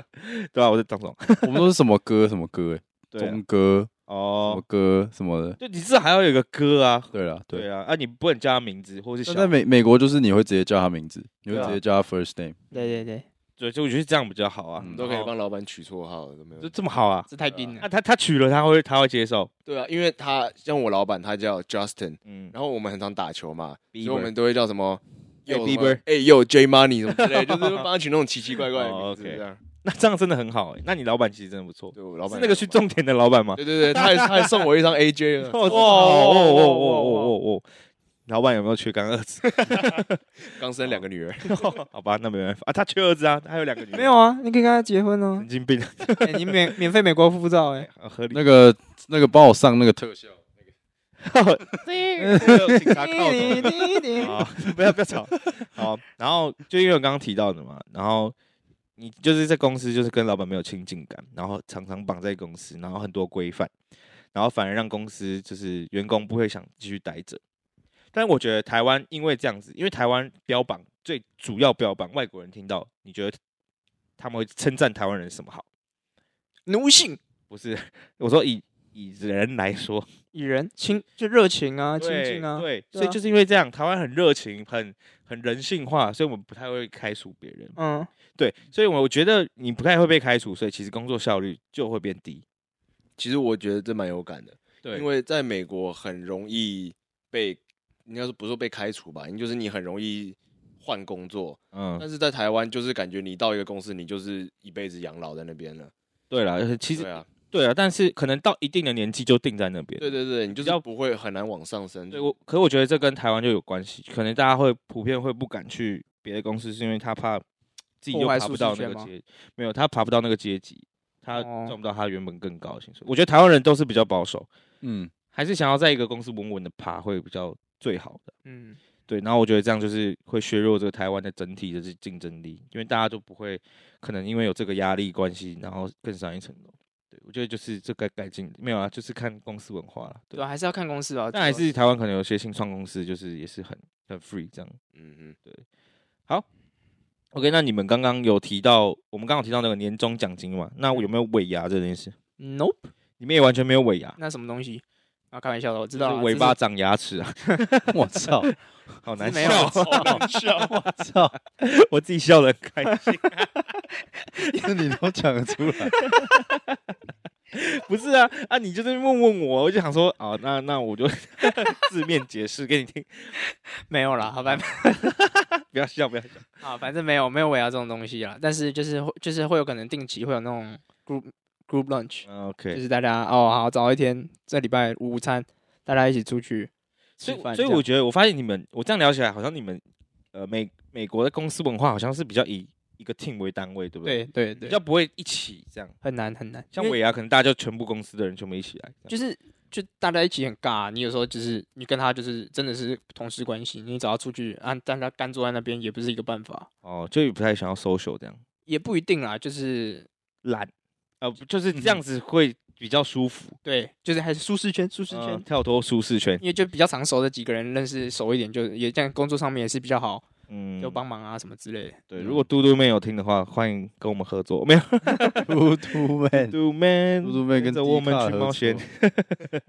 Speaker 2: 对吧、我是张总。
Speaker 3: 我们都是什么歌什么歌哎，
Speaker 2: 对啊、
Speaker 3: 中歌什么
Speaker 2: 哦，
Speaker 3: 歌什么的，
Speaker 2: 就你至少还要有一个歌啊。
Speaker 3: 对了，
Speaker 2: 对。啊，啊，你不能叫他名字，或是
Speaker 3: 但
Speaker 2: 小
Speaker 3: 在美美国就是你会直接叫他名字，你会
Speaker 2: 对啊
Speaker 3: 直接叫他 first name，
Speaker 1: 对对对，
Speaker 2: 对，就我觉得这样比较好啊。
Speaker 3: 嗯
Speaker 4: 你都可以
Speaker 2: 然后
Speaker 4: 帮老板取绰号，都没有
Speaker 2: 就。这么好啊？
Speaker 1: 这太硬
Speaker 2: 那、
Speaker 1: 了，
Speaker 2: 他他娶了，他会他会接受。
Speaker 4: 对啊，因为他像我老板，他叫 Justin，
Speaker 2: 嗯，
Speaker 4: 然后我们很常打球嘛，所
Speaker 2: Bieber
Speaker 4: 以我们都会叫什么。
Speaker 2: Hey,
Speaker 4: 又什么
Speaker 2: Bieber
Speaker 4: 哎又 J Money 什么 之类，就是会帮他取那种奇奇怪怪的名字
Speaker 2: 哦，OK
Speaker 4: 这样。
Speaker 2: 那这样真的很好哎、那你老板其实真的不错，
Speaker 4: 对，我老板
Speaker 2: 是那个去种田的老板吗？
Speaker 4: 对对对，他还他还送我一张 AJ 了，
Speaker 2: 哦哦哦哦哦哦哦！老板有没有缺干儿子？
Speaker 4: 刚生两个女儿，
Speaker 2: 好吧，那没办法啊，他缺儿子啊，他有两个女儿，
Speaker 1: 没有啊，你可以跟他结婚 哦
Speaker 2: 神，经病，
Speaker 1: 哎你免免费美国护照哎，
Speaker 2: 啊合理。
Speaker 3: 那个那个帮我上那个特效，
Speaker 2: 个 警察靠走。好，不要不要吵。好，然后就因为我刚刚提到的嘛，然后你就是在公司就是跟老板没有亲近感，然后常常绑在公司，然后很多规范，然后反而让公司就是员工不会想继续待着。但我觉得台湾因为这样子，因为台湾标榜最主要标榜外国人听到，你觉得他们会称赞台湾人什么好？
Speaker 1: 奴性。
Speaker 2: 不是， 我说以以人来说，
Speaker 1: 以人亲就热情啊，亲
Speaker 2: 对
Speaker 1: 近啊，
Speaker 2: 对，
Speaker 1: 对
Speaker 2: 所以
Speaker 1: 啊
Speaker 2: 就是因为这样，台湾很热情，很很人性化，所以我们不太会开除别人。
Speaker 1: 嗯，
Speaker 2: 对，所以我觉得你不太会被开除，所以其实工作效率就会变低。
Speaker 4: 其实我觉得这蛮有感的，
Speaker 2: 对
Speaker 4: 因为在美国很容易被，应该是不是说被开除吧，就是你很容易换工作，
Speaker 2: 嗯，
Speaker 4: 但是在台湾就是感觉你到一个公司，你就是一辈子养老在那边了。
Speaker 2: 对了，其实
Speaker 4: 对啊，
Speaker 2: 对啊，但是可能到一定的年纪就定在那边。
Speaker 4: 对对对，你就是
Speaker 2: 比较
Speaker 4: 不会很难往上升。
Speaker 2: 对我，可我觉得这跟台湾就有关系，可能大家会普遍会不敢去别的公司，是因为他怕自己
Speaker 1: 破
Speaker 2: 就
Speaker 1: 坏
Speaker 2: 爬
Speaker 1: 舒
Speaker 2: 不
Speaker 1: 适
Speaker 2: 到那
Speaker 1: 圈
Speaker 2: 个
Speaker 1: 吗
Speaker 2: 阶，没有他爬不到那个阶级，他
Speaker 1: 哦
Speaker 2: 赚不到他原本更高的薪水。我觉得台湾人都是比较保守，
Speaker 3: 嗯，
Speaker 2: 还是想要在一个公司稳稳的爬会比较最好的。
Speaker 1: 嗯，
Speaker 2: 对，然后我觉得这样就是会削弱这个台湾的整体的这竞争力，因为大家就不会可能因为有这个压力关系，然后更上一层楼。对，我觉得就是这该改进的，没有啊，就是看公司文化了。
Speaker 1: 对啊
Speaker 2: 对，
Speaker 1: 吧？还是要看公司吧。
Speaker 2: 但还是台湾可能有些新创公司就是也是很很 free 这样。
Speaker 4: 嗯嗯，
Speaker 2: OK，那你们刚刚有提到，我们刚刚有提到那个年终奖金嘛？那我有没有尾牙这件事？
Speaker 1: Nope，
Speaker 2: 你们也完全没有尾牙，
Speaker 1: 那什么东西？啊，开玩笑的，我知
Speaker 2: 就
Speaker 1: 道啊
Speaker 2: 是尾巴，长牙齿啊，
Speaker 3: 我操，
Speaker 2: 好
Speaker 1: 这
Speaker 2: 难
Speaker 1: 是
Speaker 2: 笑
Speaker 1: 没有
Speaker 2: 哦，
Speaker 3: 我操，
Speaker 2: 我自己笑得很 开心。
Speaker 3: 这你都讲得出来，
Speaker 2: 不是啊啊！你就是问问我，我就想说啊，那那我就 字面解释给你
Speaker 1: 这
Speaker 2: 听，
Speaker 1: 是 没有啦，好吧，
Speaker 2: 不要笑，不要笑。
Speaker 1: 啊，反正没有没有尾牙这种东西啦。但是就是会就是会有可能定期会有那种 group group lunch，
Speaker 2: 啊
Speaker 1: 就
Speaker 2: OK，
Speaker 1: 是大家哦好早一天，这礼拜午餐大家一起出去
Speaker 2: 所
Speaker 1: 吃
Speaker 2: 以
Speaker 1: 饭这
Speaker 2: 所以
Speaker 1: 样。
Speaker 2: 我觉得，我发现你们，我这样聊起来，好像你们呃美美国的公司文化好像是比较以一个 team 为单位，对不对？
Speaker 1: 对对
Speaker 2: 比
Speaker 1: 对，
Speaker 2: 较不会一起这样。
Speaker 1: 很难很难，
Speaker 2: 像
Speaker 1: 因为
Speaker 2: 尾牙，可能大家就全部公司的人全部一起来，这样
Speaker 1: 就是就大家一起很尬啊、你有时候就是你跟他就是真的是同事关系，你找他出去啊，但他干坐在那边也不是一个办法，
Speaker 2: 哦，就也不太想要 social 这样，
Speaker 1: 也不一定啦，就是
Speaker 2: 懒，呃，就是
Speaker 1: 嗯
Speaker 2: 这样子会比较舒服，
Speaker 1: 对，就是还是舒适圈舒适圈，
Speaker 2: 嗯跳脱舒适圈，
Speaker 1: 因为就比较常熟的几个人认识熟一点，就也这样工作上面也是比较好，
Speaker 2: 嗯，
Speaker 1: 就帮忙啊什么之类的。
Speaker 2: 对。如果嘟嘟妹有听的话，欢迎跟我们合 作，没有。
Speaker 3: 嘟嘟 man，
Speaker 2: 嘟 man，
Speaker 3: 嘟嘟妹跟
Speaker 2: 着我们
Speaker 3: Dcard
Speaker 2: 去
Speaker 3: 合
Speaker 2: 冒险
Speaker 3: 作。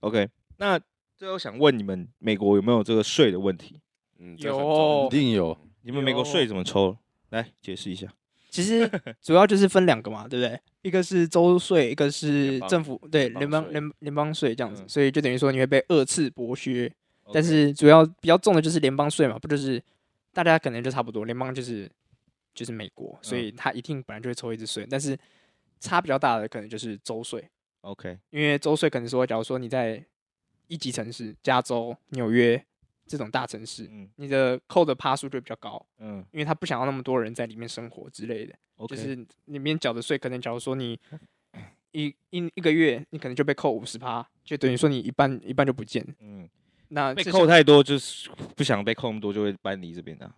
Speaker 2: OK，那最后想问你们，美国有没有这个税的问题？
Speaker 4: 嗯，
Speaker 1: 有
Speaker 3: 一定有，
Speaker 2: 你们美国
Speaker 1: 有
Speaker 2: 税怎么抽？来解释一下。
Speaker 1: 其实主要就是分两个嘛，对不对？一个是州税，一个是
Speaker 4: 联邦
Speaker 1: 政府对联
Speaker 4: 联邦
Speaker 1: 邦
Speaker 4: 税
Speaker 1: 联联邦税这样子，
Speaker 2: 嗯
Speaker 1: 所以就等于说你会被二次剥削。但
Speaker 2: OK
Speaker 1: 是主要比较重的就是联邦税嘛，不就是大家可能就差不多，联邦就是就是美国，所
Speaker 2: 嗯
Speaker 1: 以他一定本来就会抽一支税，但是差比较大的可能就是州税，
Speaker 2: OK，
Speaker 1: 因为州税可能说，假如说你在一级城市，加州、纽约这种大城市，
Speaker 2: 嗯
Speaker 1: 你的扣的趴数就比较高，
Speaker 2: 嗯
Speaker 1: 因为他不想要那么多人在里面生活之类的，
Speaker 2: ，OK，
Speaker 1: 就是里面缴的税，可能假如说你一一一个月，你可能就被扣五十趴，就等于说你一半一半就不见了，
Speaker 2: 嗯，
Speaker 1: 那
Speaker 2: 被
Speaker 1: 这
Speaker 2: 扣
Speaker 1: 些
Speaker 2: 太多就是不想被扣那么多，就会搬离这边的啊。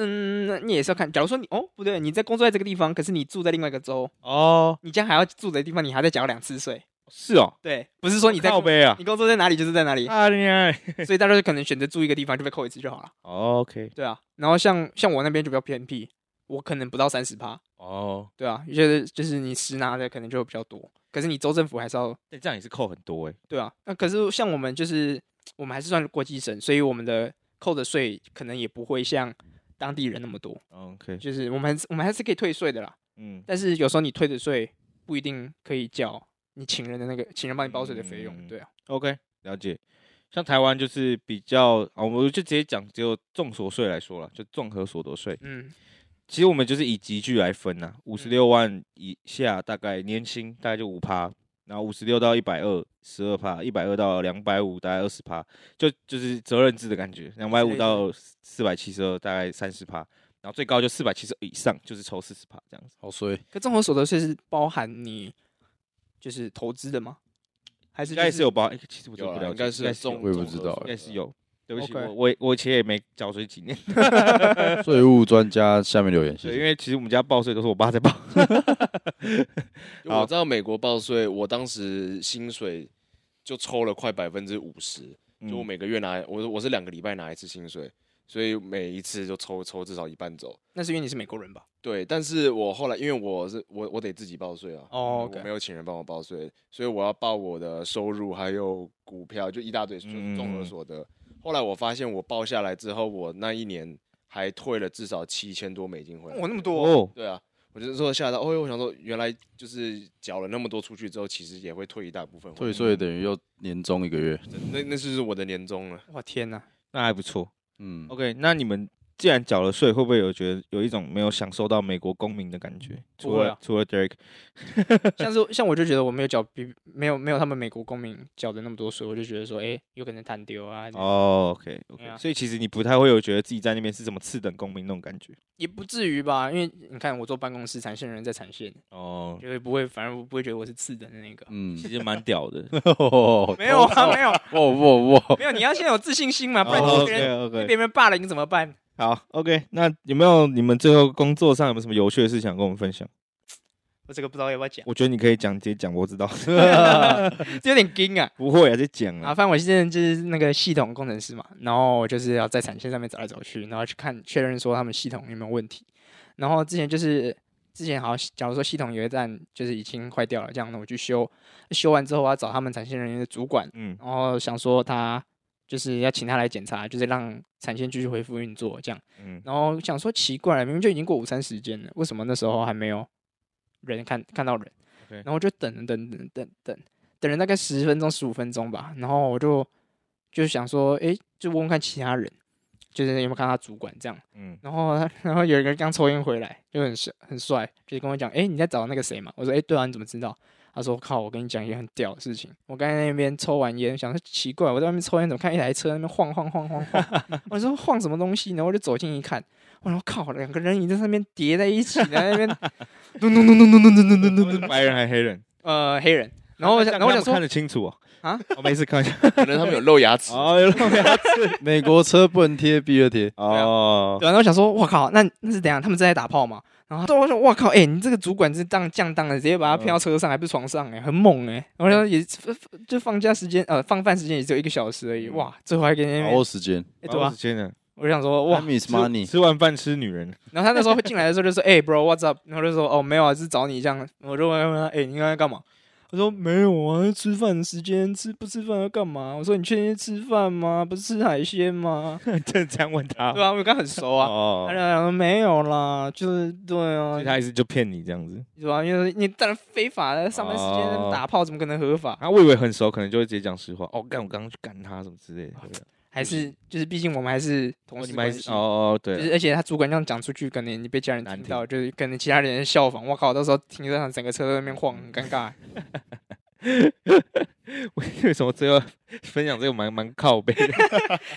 Speaker 1: 嗯，那你也是要看。假如说你哦不对，你在工作在这个地方，可是你住在另外一个州，
Speaker 2: 哦，
Speaker 1: 你将还要住的地方，你还在缴两次税。
Speaker 2: 是哦，
Speaker 1: 对，不是说你在
Speaker 2: 靠背啊，
Speaker 1: 你工作在哪里就是在哪里，
Speaker 2: 啊恋爱
Speaker 1: 所以大家就可能选择住一个地方就被扣一次就好了。
Speaker 2: 哦，OK，
Speaker 1: 对啊，然后像像我那边就比较偏僻，我可能不到三十趴。
Speaker 2: 哦，
Speaker 1: 对啊，有些就是你实拿的可能就会比较多，可是你州政府还是要
Speaker 2: 但这样也是扣很多哎，
Speaker 1: 对啊。那可是像我们就是我们还是算国际生，所以我们的扣的税可能也不会像当地人那么多，
Speaker 2: OK，
Speaker 1: 就是我们还是我们还是可以退税的啦。
Speaker 2: 嗯，
Speaker 1: 但是有时候你退的税不一定可以缴你请人的那个请人帮你包税的费用，
Speaker 2: 嗯
Speaker 1: 对啊，
Speaker 2: OK，了解。像台湾就是比较啊，我就直接讲只有综所税来说了，就综合所得税。
Speaker 1: 嗯
Speaker 2: 其实我们就是以集聚来分呐、五
Speaker 4: 嗯
Speaker 2: 十六万以下大概年薪大概就五趴，然后五十六到一百二十二趴，一百二到两百五大概二十趴，就就是责任制的感觉。两百
Speaker 1: 之类的
Speaker 2: 五到四百七十二大概三十趴，然后最高就四百七十以上就是抽四十趴这样子。
Speaker 3: 好衰，
Speaker 1: 可综合所得税是包含你就是投资的吗？还是
Speaker 2: 应
Speaker 1: 就
Speaker 2: 该也是有包，哎其实我就
Speaker 4: 有
Speaker 2: 不
Speaker 4: 啦
Speaker 2: 了解，
Speaker 4: 应该是
Speaker 2: 有
Speaker 4: 中，
Speaker 3: 我也不知道
Speaker 4: 综
Speaker 3: 欸
Speaker 4: 合
Speaker 2: 应该是有。对不起，
Speaker 1: OK
Speaker 2: 我我我以前也没缴税几年。
Speaker 3: 税务专家下面留言，谢
Speaker 2: 对，
Speaker 3: 谢。
Speaker 2: 因为其实我们家报税都是我爸在 报。
Speaker 4: 因为我知道美国报税，我当时薪水就抽了快百分之五十，就
Speaker 2: 嗯
Speaker 4: 我每个月拿，我我是两个礼拜拿一次薪水，所以每一次就抽抽至少一半走。
Speaker 1: 那是因为你是美国人吧？
Speaker 4: 对，但是我后来因为我是我我得自己报税啊，
Speaker 1: 哦
Speaker 4: 我
Speaker 1: ，OK
Speaker 4: 没有请人帮我报税，所以我要报我的收入还有股票，就一大堆，就是综合
Speaker 2: 嗯
Speaker 4: 所得。后来我发现我报下来之后，我那一年还退了至少七千多美金回来。
Speaker 1: 我那么多，
Speaker 2: 哦，
Speaker 4: 对啊，我就是说吓到，哦哟，我想说原来就是缴了那么多出去之后，其实也会退一大部分回
Speaker 3: 退
Speaker 4: 来。
Speaker 3: 税等于又年终一个月，
Speaker 4: 那那就是我的年终了。
Speaker 1: 我天哪！
Speaker 2: 那还不错。
Speaker 3: 嗯，
Speaker 2: OK，那你们既然缴了税，会不会有觉得有一种没有享受到美国公民的感觉？
Speaker 1: 不
Speaker 2: 除
Speaker 1: 会
Speaker 2: 了、
Speaker 1: 啊
Speaker 2: 除了 Derek，
Speaker 1: 像是像我就觉得我没有缴比没有没有他们美国公民缴的那么多税，我就觉得说，哎、有可能摊丢啊，
Speaker 2: 哦，OK，OK、o k
Speaker 1: 对
Speaker 2: OK，、
Speaker 1: 啊
Speaker 2: 所以其实你不太会有觉得自己在那边是什么次等公民那种感觉。
Speaker 1: 也不至于吧，因为你看我坐办公室，产线人在产线，
Speaker 2: 哦，
Speaker 1: 绝对不会，反而不会觉得我是次等的那个。
Speaker 3: 嗯
Speaker 2: 其，实蛮屌 的。
Speaker 3: 哦
Speaker 1: 没有啊，没有，
Speaker 3: 哇哇，
Speaker 1: 没有，你要先有自信心嘛，不然你被
Speaker 2: OK
Speaker 1: 人、 被
Speaker 2: OK，
Speaker 1: 别人霸凌怎么办？
Speaker 2: 哦好 OK，那有没有你们最后工作上有没有什么有趣的事想跟我们分享？
Speaker 1: 我这个不知道要不要 讲，
Speaker 2: 我觉得你可以讲，直接讲，我知道。
Speaker 1: 这有点惊啊。
Speaker 2: 不会啊，直接讲
Speaker 1: 啊，
Speaker 2: 啊。
Speaker 1: 反正我现在就是那个系统工程师嘛，然后我就是要在产线上面找来找去，然后去看确认说他们系统有没有问题。然后之前就是之前好像，假如说系统有一站就是已经坏掉了，这样那我去修，修完之后我要找他们产线人员的主管，
Speaker 2: 嗯，
Speaker 1: 然后想说他就是要请他来检查，就是让产线继续恢复运作这样。
Speaker 2: 嗯
Speaker 1: 然后想说奇怪了，明明就已经过午餐时间了，为什么那时候还没有人看看到人
Speaker 2: OK
Speaker 1: 然后就等等等等等等了大概十分钟十五分钟吧，然后我就就想说，诶，就问问看其他人，就是有没有看到他主管这样。
Speaker 2: 嗯，
Speaker 1: 然后他，然后有一个人刚抽烟回来，就很帅很帅，就是跟我讲，哎、你在找那个谁嘛？我说，哎、对啊，你怎么知道？他说，靠，我跟你讲一个很屌的事情，我刚才在那边抽完烟，想说奇怪，我在外面抽烟，怎么看一台车在那边晃晃晃晃晃？我说晃什么东西？然后我就走近一看，我说靠，两个人已经在那边叠在一起，在那边 咚咚咚咚咚咚咚咚咚
Speaker 2: 他
Speaker 1: 咚，
Speaker 2: 们是白人还是黑人？
Speaker 1: 呃，黑人。然后 我想，然后我想
Speaker 2: 他们
Speaker 1: 说，
Speaker 2: 看得清楚哦。
Speaker 1: 啊，
Speaker 2: 我没事看一下。
Speaker 4: 可能他们有露牙
Speaker 3: 啊
Speaker 4: 齿，
Speaker 2: 哦，有露牙齿。
Speaker 3: 美国车不能贴避热贴，
Speaker 2: 哦
Speaker 1: 对，，然后我想说，我靠，那那是怎样？他们正在打炮嘛？然后对我说，我靠，哎、你这个主管是当降档的，直接把他骗到车上，还不是床上、哎，很猛哎、然后说也就放假时间，呃，放饭时间也只有一个小时而已，哇，最后还给人
Speaker 3: 把
Speaker 1: 家，
Speaker 3: 握时间
Speaker 1: 哎、对吧、
Speaker 2: 真的。
Speaker 1: 我就想说，哇，
Speaker 3: ，Time is
Speaker 2: 吃
Speaker 3: money，
Speaker 2: 吃完饭吃女人，
Speaker 1: 然后他那时候进来的时候就说，哎、b r o w h a t s up？然后就说，哦，没有啊，是找你这样。我就问他，哎、你刚才干嘛？他说没有啊，吃饭的时间吃不吃饭要干嘛？我说你确定是吃饭吗？不是吃海鲜吗？
Speaker 2: 这这样问他。
Speaker 1: 对啊，我们刚很熟啊。他
Speaker 2: 哦，
Speaker 1: 就讲没有啦，就是对啊
Speaker 2: 所以，他意思就骗你这样子。
Speaker 1: 对吧？因为你当然非法的，上班时间在那边打炮，怎么可能合法？
Speaker 2: 他我以为啊很熟，可能就会直接讲实话。哦，干，我刚刚去干他什么之类的。
Speaker 1: 还是就是，毕竟我们还是同
Speaker 2: 哦，
Speaker 1: 事
Speaker 2: 你们还
Speaker 1: 关
Speaker 2: 啊是
Speaker 1: 系
Speaker 2: 哦，哦，
Speaker 1: 就
Speaker 2: 对
Speaker 1: 是
Speaker 2: 了，
Speaker 1: 而且他主管这样讲出去，可能你被家人
Speaker 2: 难
Speaker 1: 听到，就是可能其他人效仿。我靠，到时候停车场整个车在那边晃，很尴 尬。
Speaker 2: 为什么最后分享这个蛮蛮靠背的？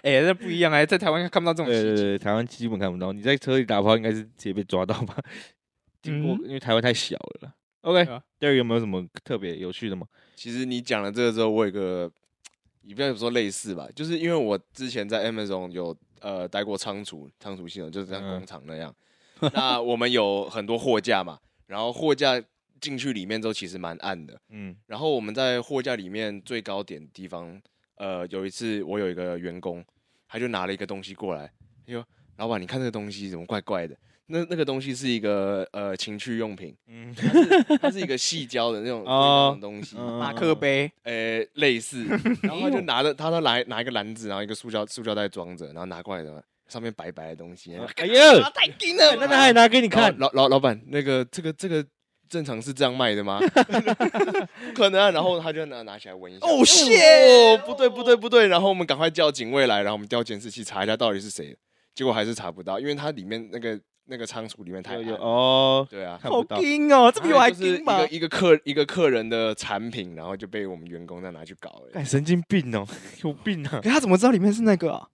Speaker 1: 哎，那不一样哎，在台湾看不到这种
Speaker 2: 对对
Speaker 1: 事情。
Speaker 2: 对，台湾基本看不到。你在车里打炮，应该是直接被抓到吧？经过，
Speaker 1: 嗯
Speaker 2: 因为台湾太小了啦。
Speaker 1: 对啊
Speaker 2: OK，Derek 有没有什么特别有趣的吗？
Speaker 4: 其实你讲了这个之后，我有一个也不要说类似吧，就是因为我之前在 Amazon 有呃待过仓储，仓储系统就是像
Speaker 2: 嗯
Speaker 4: 工厂那样。那我们有很多货架嘛，然后货架进去里面之后其实蛮暗的。
Speaker 2: 嗯
Speaker 4: 然后我们在货架里面最高点的地方，呃，有一次我有一个员工，他就拿了一个东西过来，他说：“老板，你看这个东西怎么怪怪的？”那那个东西是一个呃情趣用品，
Speaker 2: 嗯，
Speaker 4: 它是一个细胶的那 种那
Speaker 2: 哦
Speaker 4: 种东西，
Speaker 1: 马克杯，
Speaker 4: 呃，类 似，然后
Speaker 2: 哎
Speaker 4: 他就拿着他他拿拿一个篮子，然后一个塑胶塑胶袋装着，然后拿过来的上面白白的东西，
Speaker 2: 哎呦，
Speaker 4: 太硬了，
Speaker 2: 哎那他还拿给你看，
Speaker 4: 老老老板那个这个这个正常是这样卖的吗？ 不可能啊！然后他就拿拿起来闻一下，
Speaker 1: 哦
Speaker 4: 谢，
Speaker 1: shit！
Speaker 4: 不对不对不对，然后我们赶快叫警卫来，然后我们调监视器查一下到底是谁，结果还是查不到，因为它里面那个那个仓储里面太
Speaker 2: 有有
Speaker 4: 暗了，
Speaker 2: 哦，
Speaker 4: 对啊。
Speaker 2: 看
Speaker 1: 好
Speaker 2: 不到，哎
Speaker 1: 硬哦，这比我还
Speaker 4: 就是
Speaker 1: 硬
Speaker 4: 一
Speaker 1: 吧
Speaker 4: 个？一个客一个客人的产品，然后就被我们员工再拿去搞、欸
Speaker 2: 干神经病哦， 有病啊！
Speaker 1: 可哎他怎么知道里面是那个啊？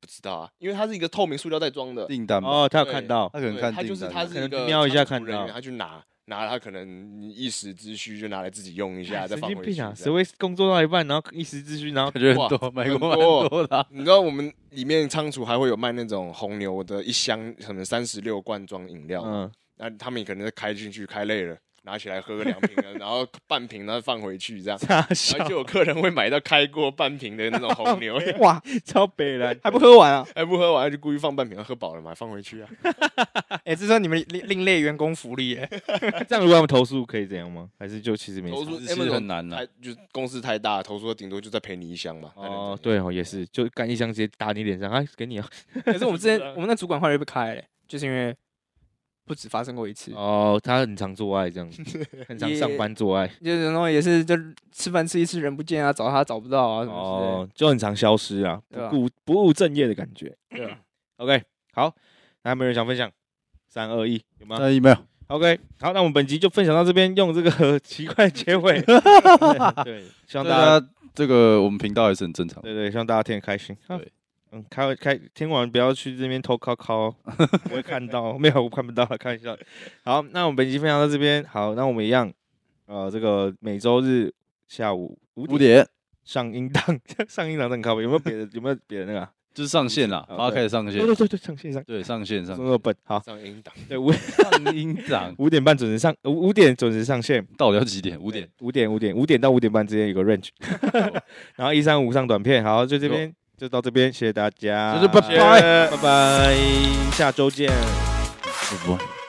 Speaker 4: 不知道啊，因为它是一个透明塑料袋装的，
Speaker 3: 订单吧，
Speaker 2: 哦，他有
Speaker 4: 对
Speaker 2: 看到，
Speaker 3: 他可能
Speaker 4: 对
Speaker 3: 看
Speaker 4: 他
Speaker 3: 订
Speaker 4: 就是
Speaker 3: 单
Speaker 4: 他
Speaker 3: 吧，
Speaker 4: 是
Speaker 2: 可能
Speaker 4: 一个
Speaker 2: 瞄一下
Speaker 4: 仓
Speaker 2: 看
Speaker 4: 储人
Speaker 2: 到
Speaker 4: 员他去拿拿了，他可能一时之需就拿来自己用一下，
Speaker 2: 哎
Speaker 4: 再
Speaker 2: 神
Speaker 4: 放
Speaker 2: 经
Speaker 4: 回去
Speaker 2: 病
Speaker 4: 这
Speaker 2: 啊！
Speaker 4: 样。
Speaker 2: 谁会工作到一半，然后一时之需，然后
Speaker 3: 感觉
Speaker 4: 哇
Speaker 3: 很多，买过
Speaker 4: 很
Speaker 3: 蛮
Speaker 4: 多
Speaker 3: 多的啊。
Speaker 4: 你知道我们里面仓储还会有卖那种红牛的一箱什么三十六罐装饮料，
Speaker 2: 嗯，
Speaker 4: 那他们也可能开进去开累了，拿起来喝个两瓶 啊，然后半瓶然后放回去这样。
Speaker 2: 傻
Speaker 4: 然后
Speaker 2: 笑
Speaker 4: 就，有客人会买到开过半瓶的那种红牛， 哎
Speaker 1: 哇，
Speaker 2: 超北 蓝，
Speaker 1: 还不喝完啊？
Speaker 4: 还不喝完就故意放半瓶，喝饱了嘛放回去啊。
Speaker 1: 哎，这算你们另另类员工福利 耶！
Speaker 2: 这样如果他们投诉可以怎样吗？还是就其实没
Speaker 4: 投
Speaker 2: 差？
Speaker 4: 诉
Speaker 3: 其实很难啊
Speaker 4: 太就是公司太大，投诉顶多就再赔你一箱嘛。那能
Speaker 2: 哦，
Speaker 4: 怎样
Speaker 2: 对哦， 也是，就干一箱直接打你脸上，哎，给 你啊！
Speaker 1: 可是我们之前我们那主管后来就被开了，就是因为不止发生过一次，
Speaker 2: 哦，他很常做爱这样子，很常上班做爱，
Speaker 1: 就是然后也是就吃饭吃一次人不见啊，找他找不到啊什么
Speaker 2: 哦，就很常消失啊，
Speaker 1: 对啊
Speaker 2: 不顾不务正业的感觉。
Speaker 1: 之类的。对啊
Speaker 2: OK，好，那还没有人想分享，三二一，有吗
Speaker 3: 那 email
Speaker 2: ？OK，好，那我们本集就分享到这边，用这个奇怪结 尾。对 对，啊希望
Speaker 3: 让
Speaker 2: 大家
Speaker 3: 大家这个我们频道也是很正常的，
Speaker 2: 对对，希望大家听得开心。啊
Speaker 3: 对，
Speaker 2: 嗯，开会开听完不要去这边偷敲敲 哦，我会看到，没有我看不到，开玩笑。好，那我们本期分享到这边，好，那我们一样，呃，这个每周日下午五
Speaker 3: 五点
Speaker 2: 上音档， 上音档正靠谱，有没有 别的？有没有别的那个啊、
Speaker 3: 就是上线啦，
Speaker 2: 哦
Speaker 3: 发开始上
Speaker 2: 对
Speaker 3: 线，
Speaker 2: 对对对，上线上，
Speaker 3: 对上线上
Speaker 2: 这么笨，好，
Speaker 4: 上音档，
Speaker 2: 对五
Speaker 3: 上音档
Speaker 2: 五点半准时上，呃五五点准时上线，
Speaker 3: 到底要几点？五点，
Speaker 2: 五点五点五点到五点半之间有个 range，然后一三五上短片，好，就这边就到这边，谢谢大家，
Speaker 3: 就是拜拜
Speaker 2: 拜拜，下周见。
Speaker 3: 不不。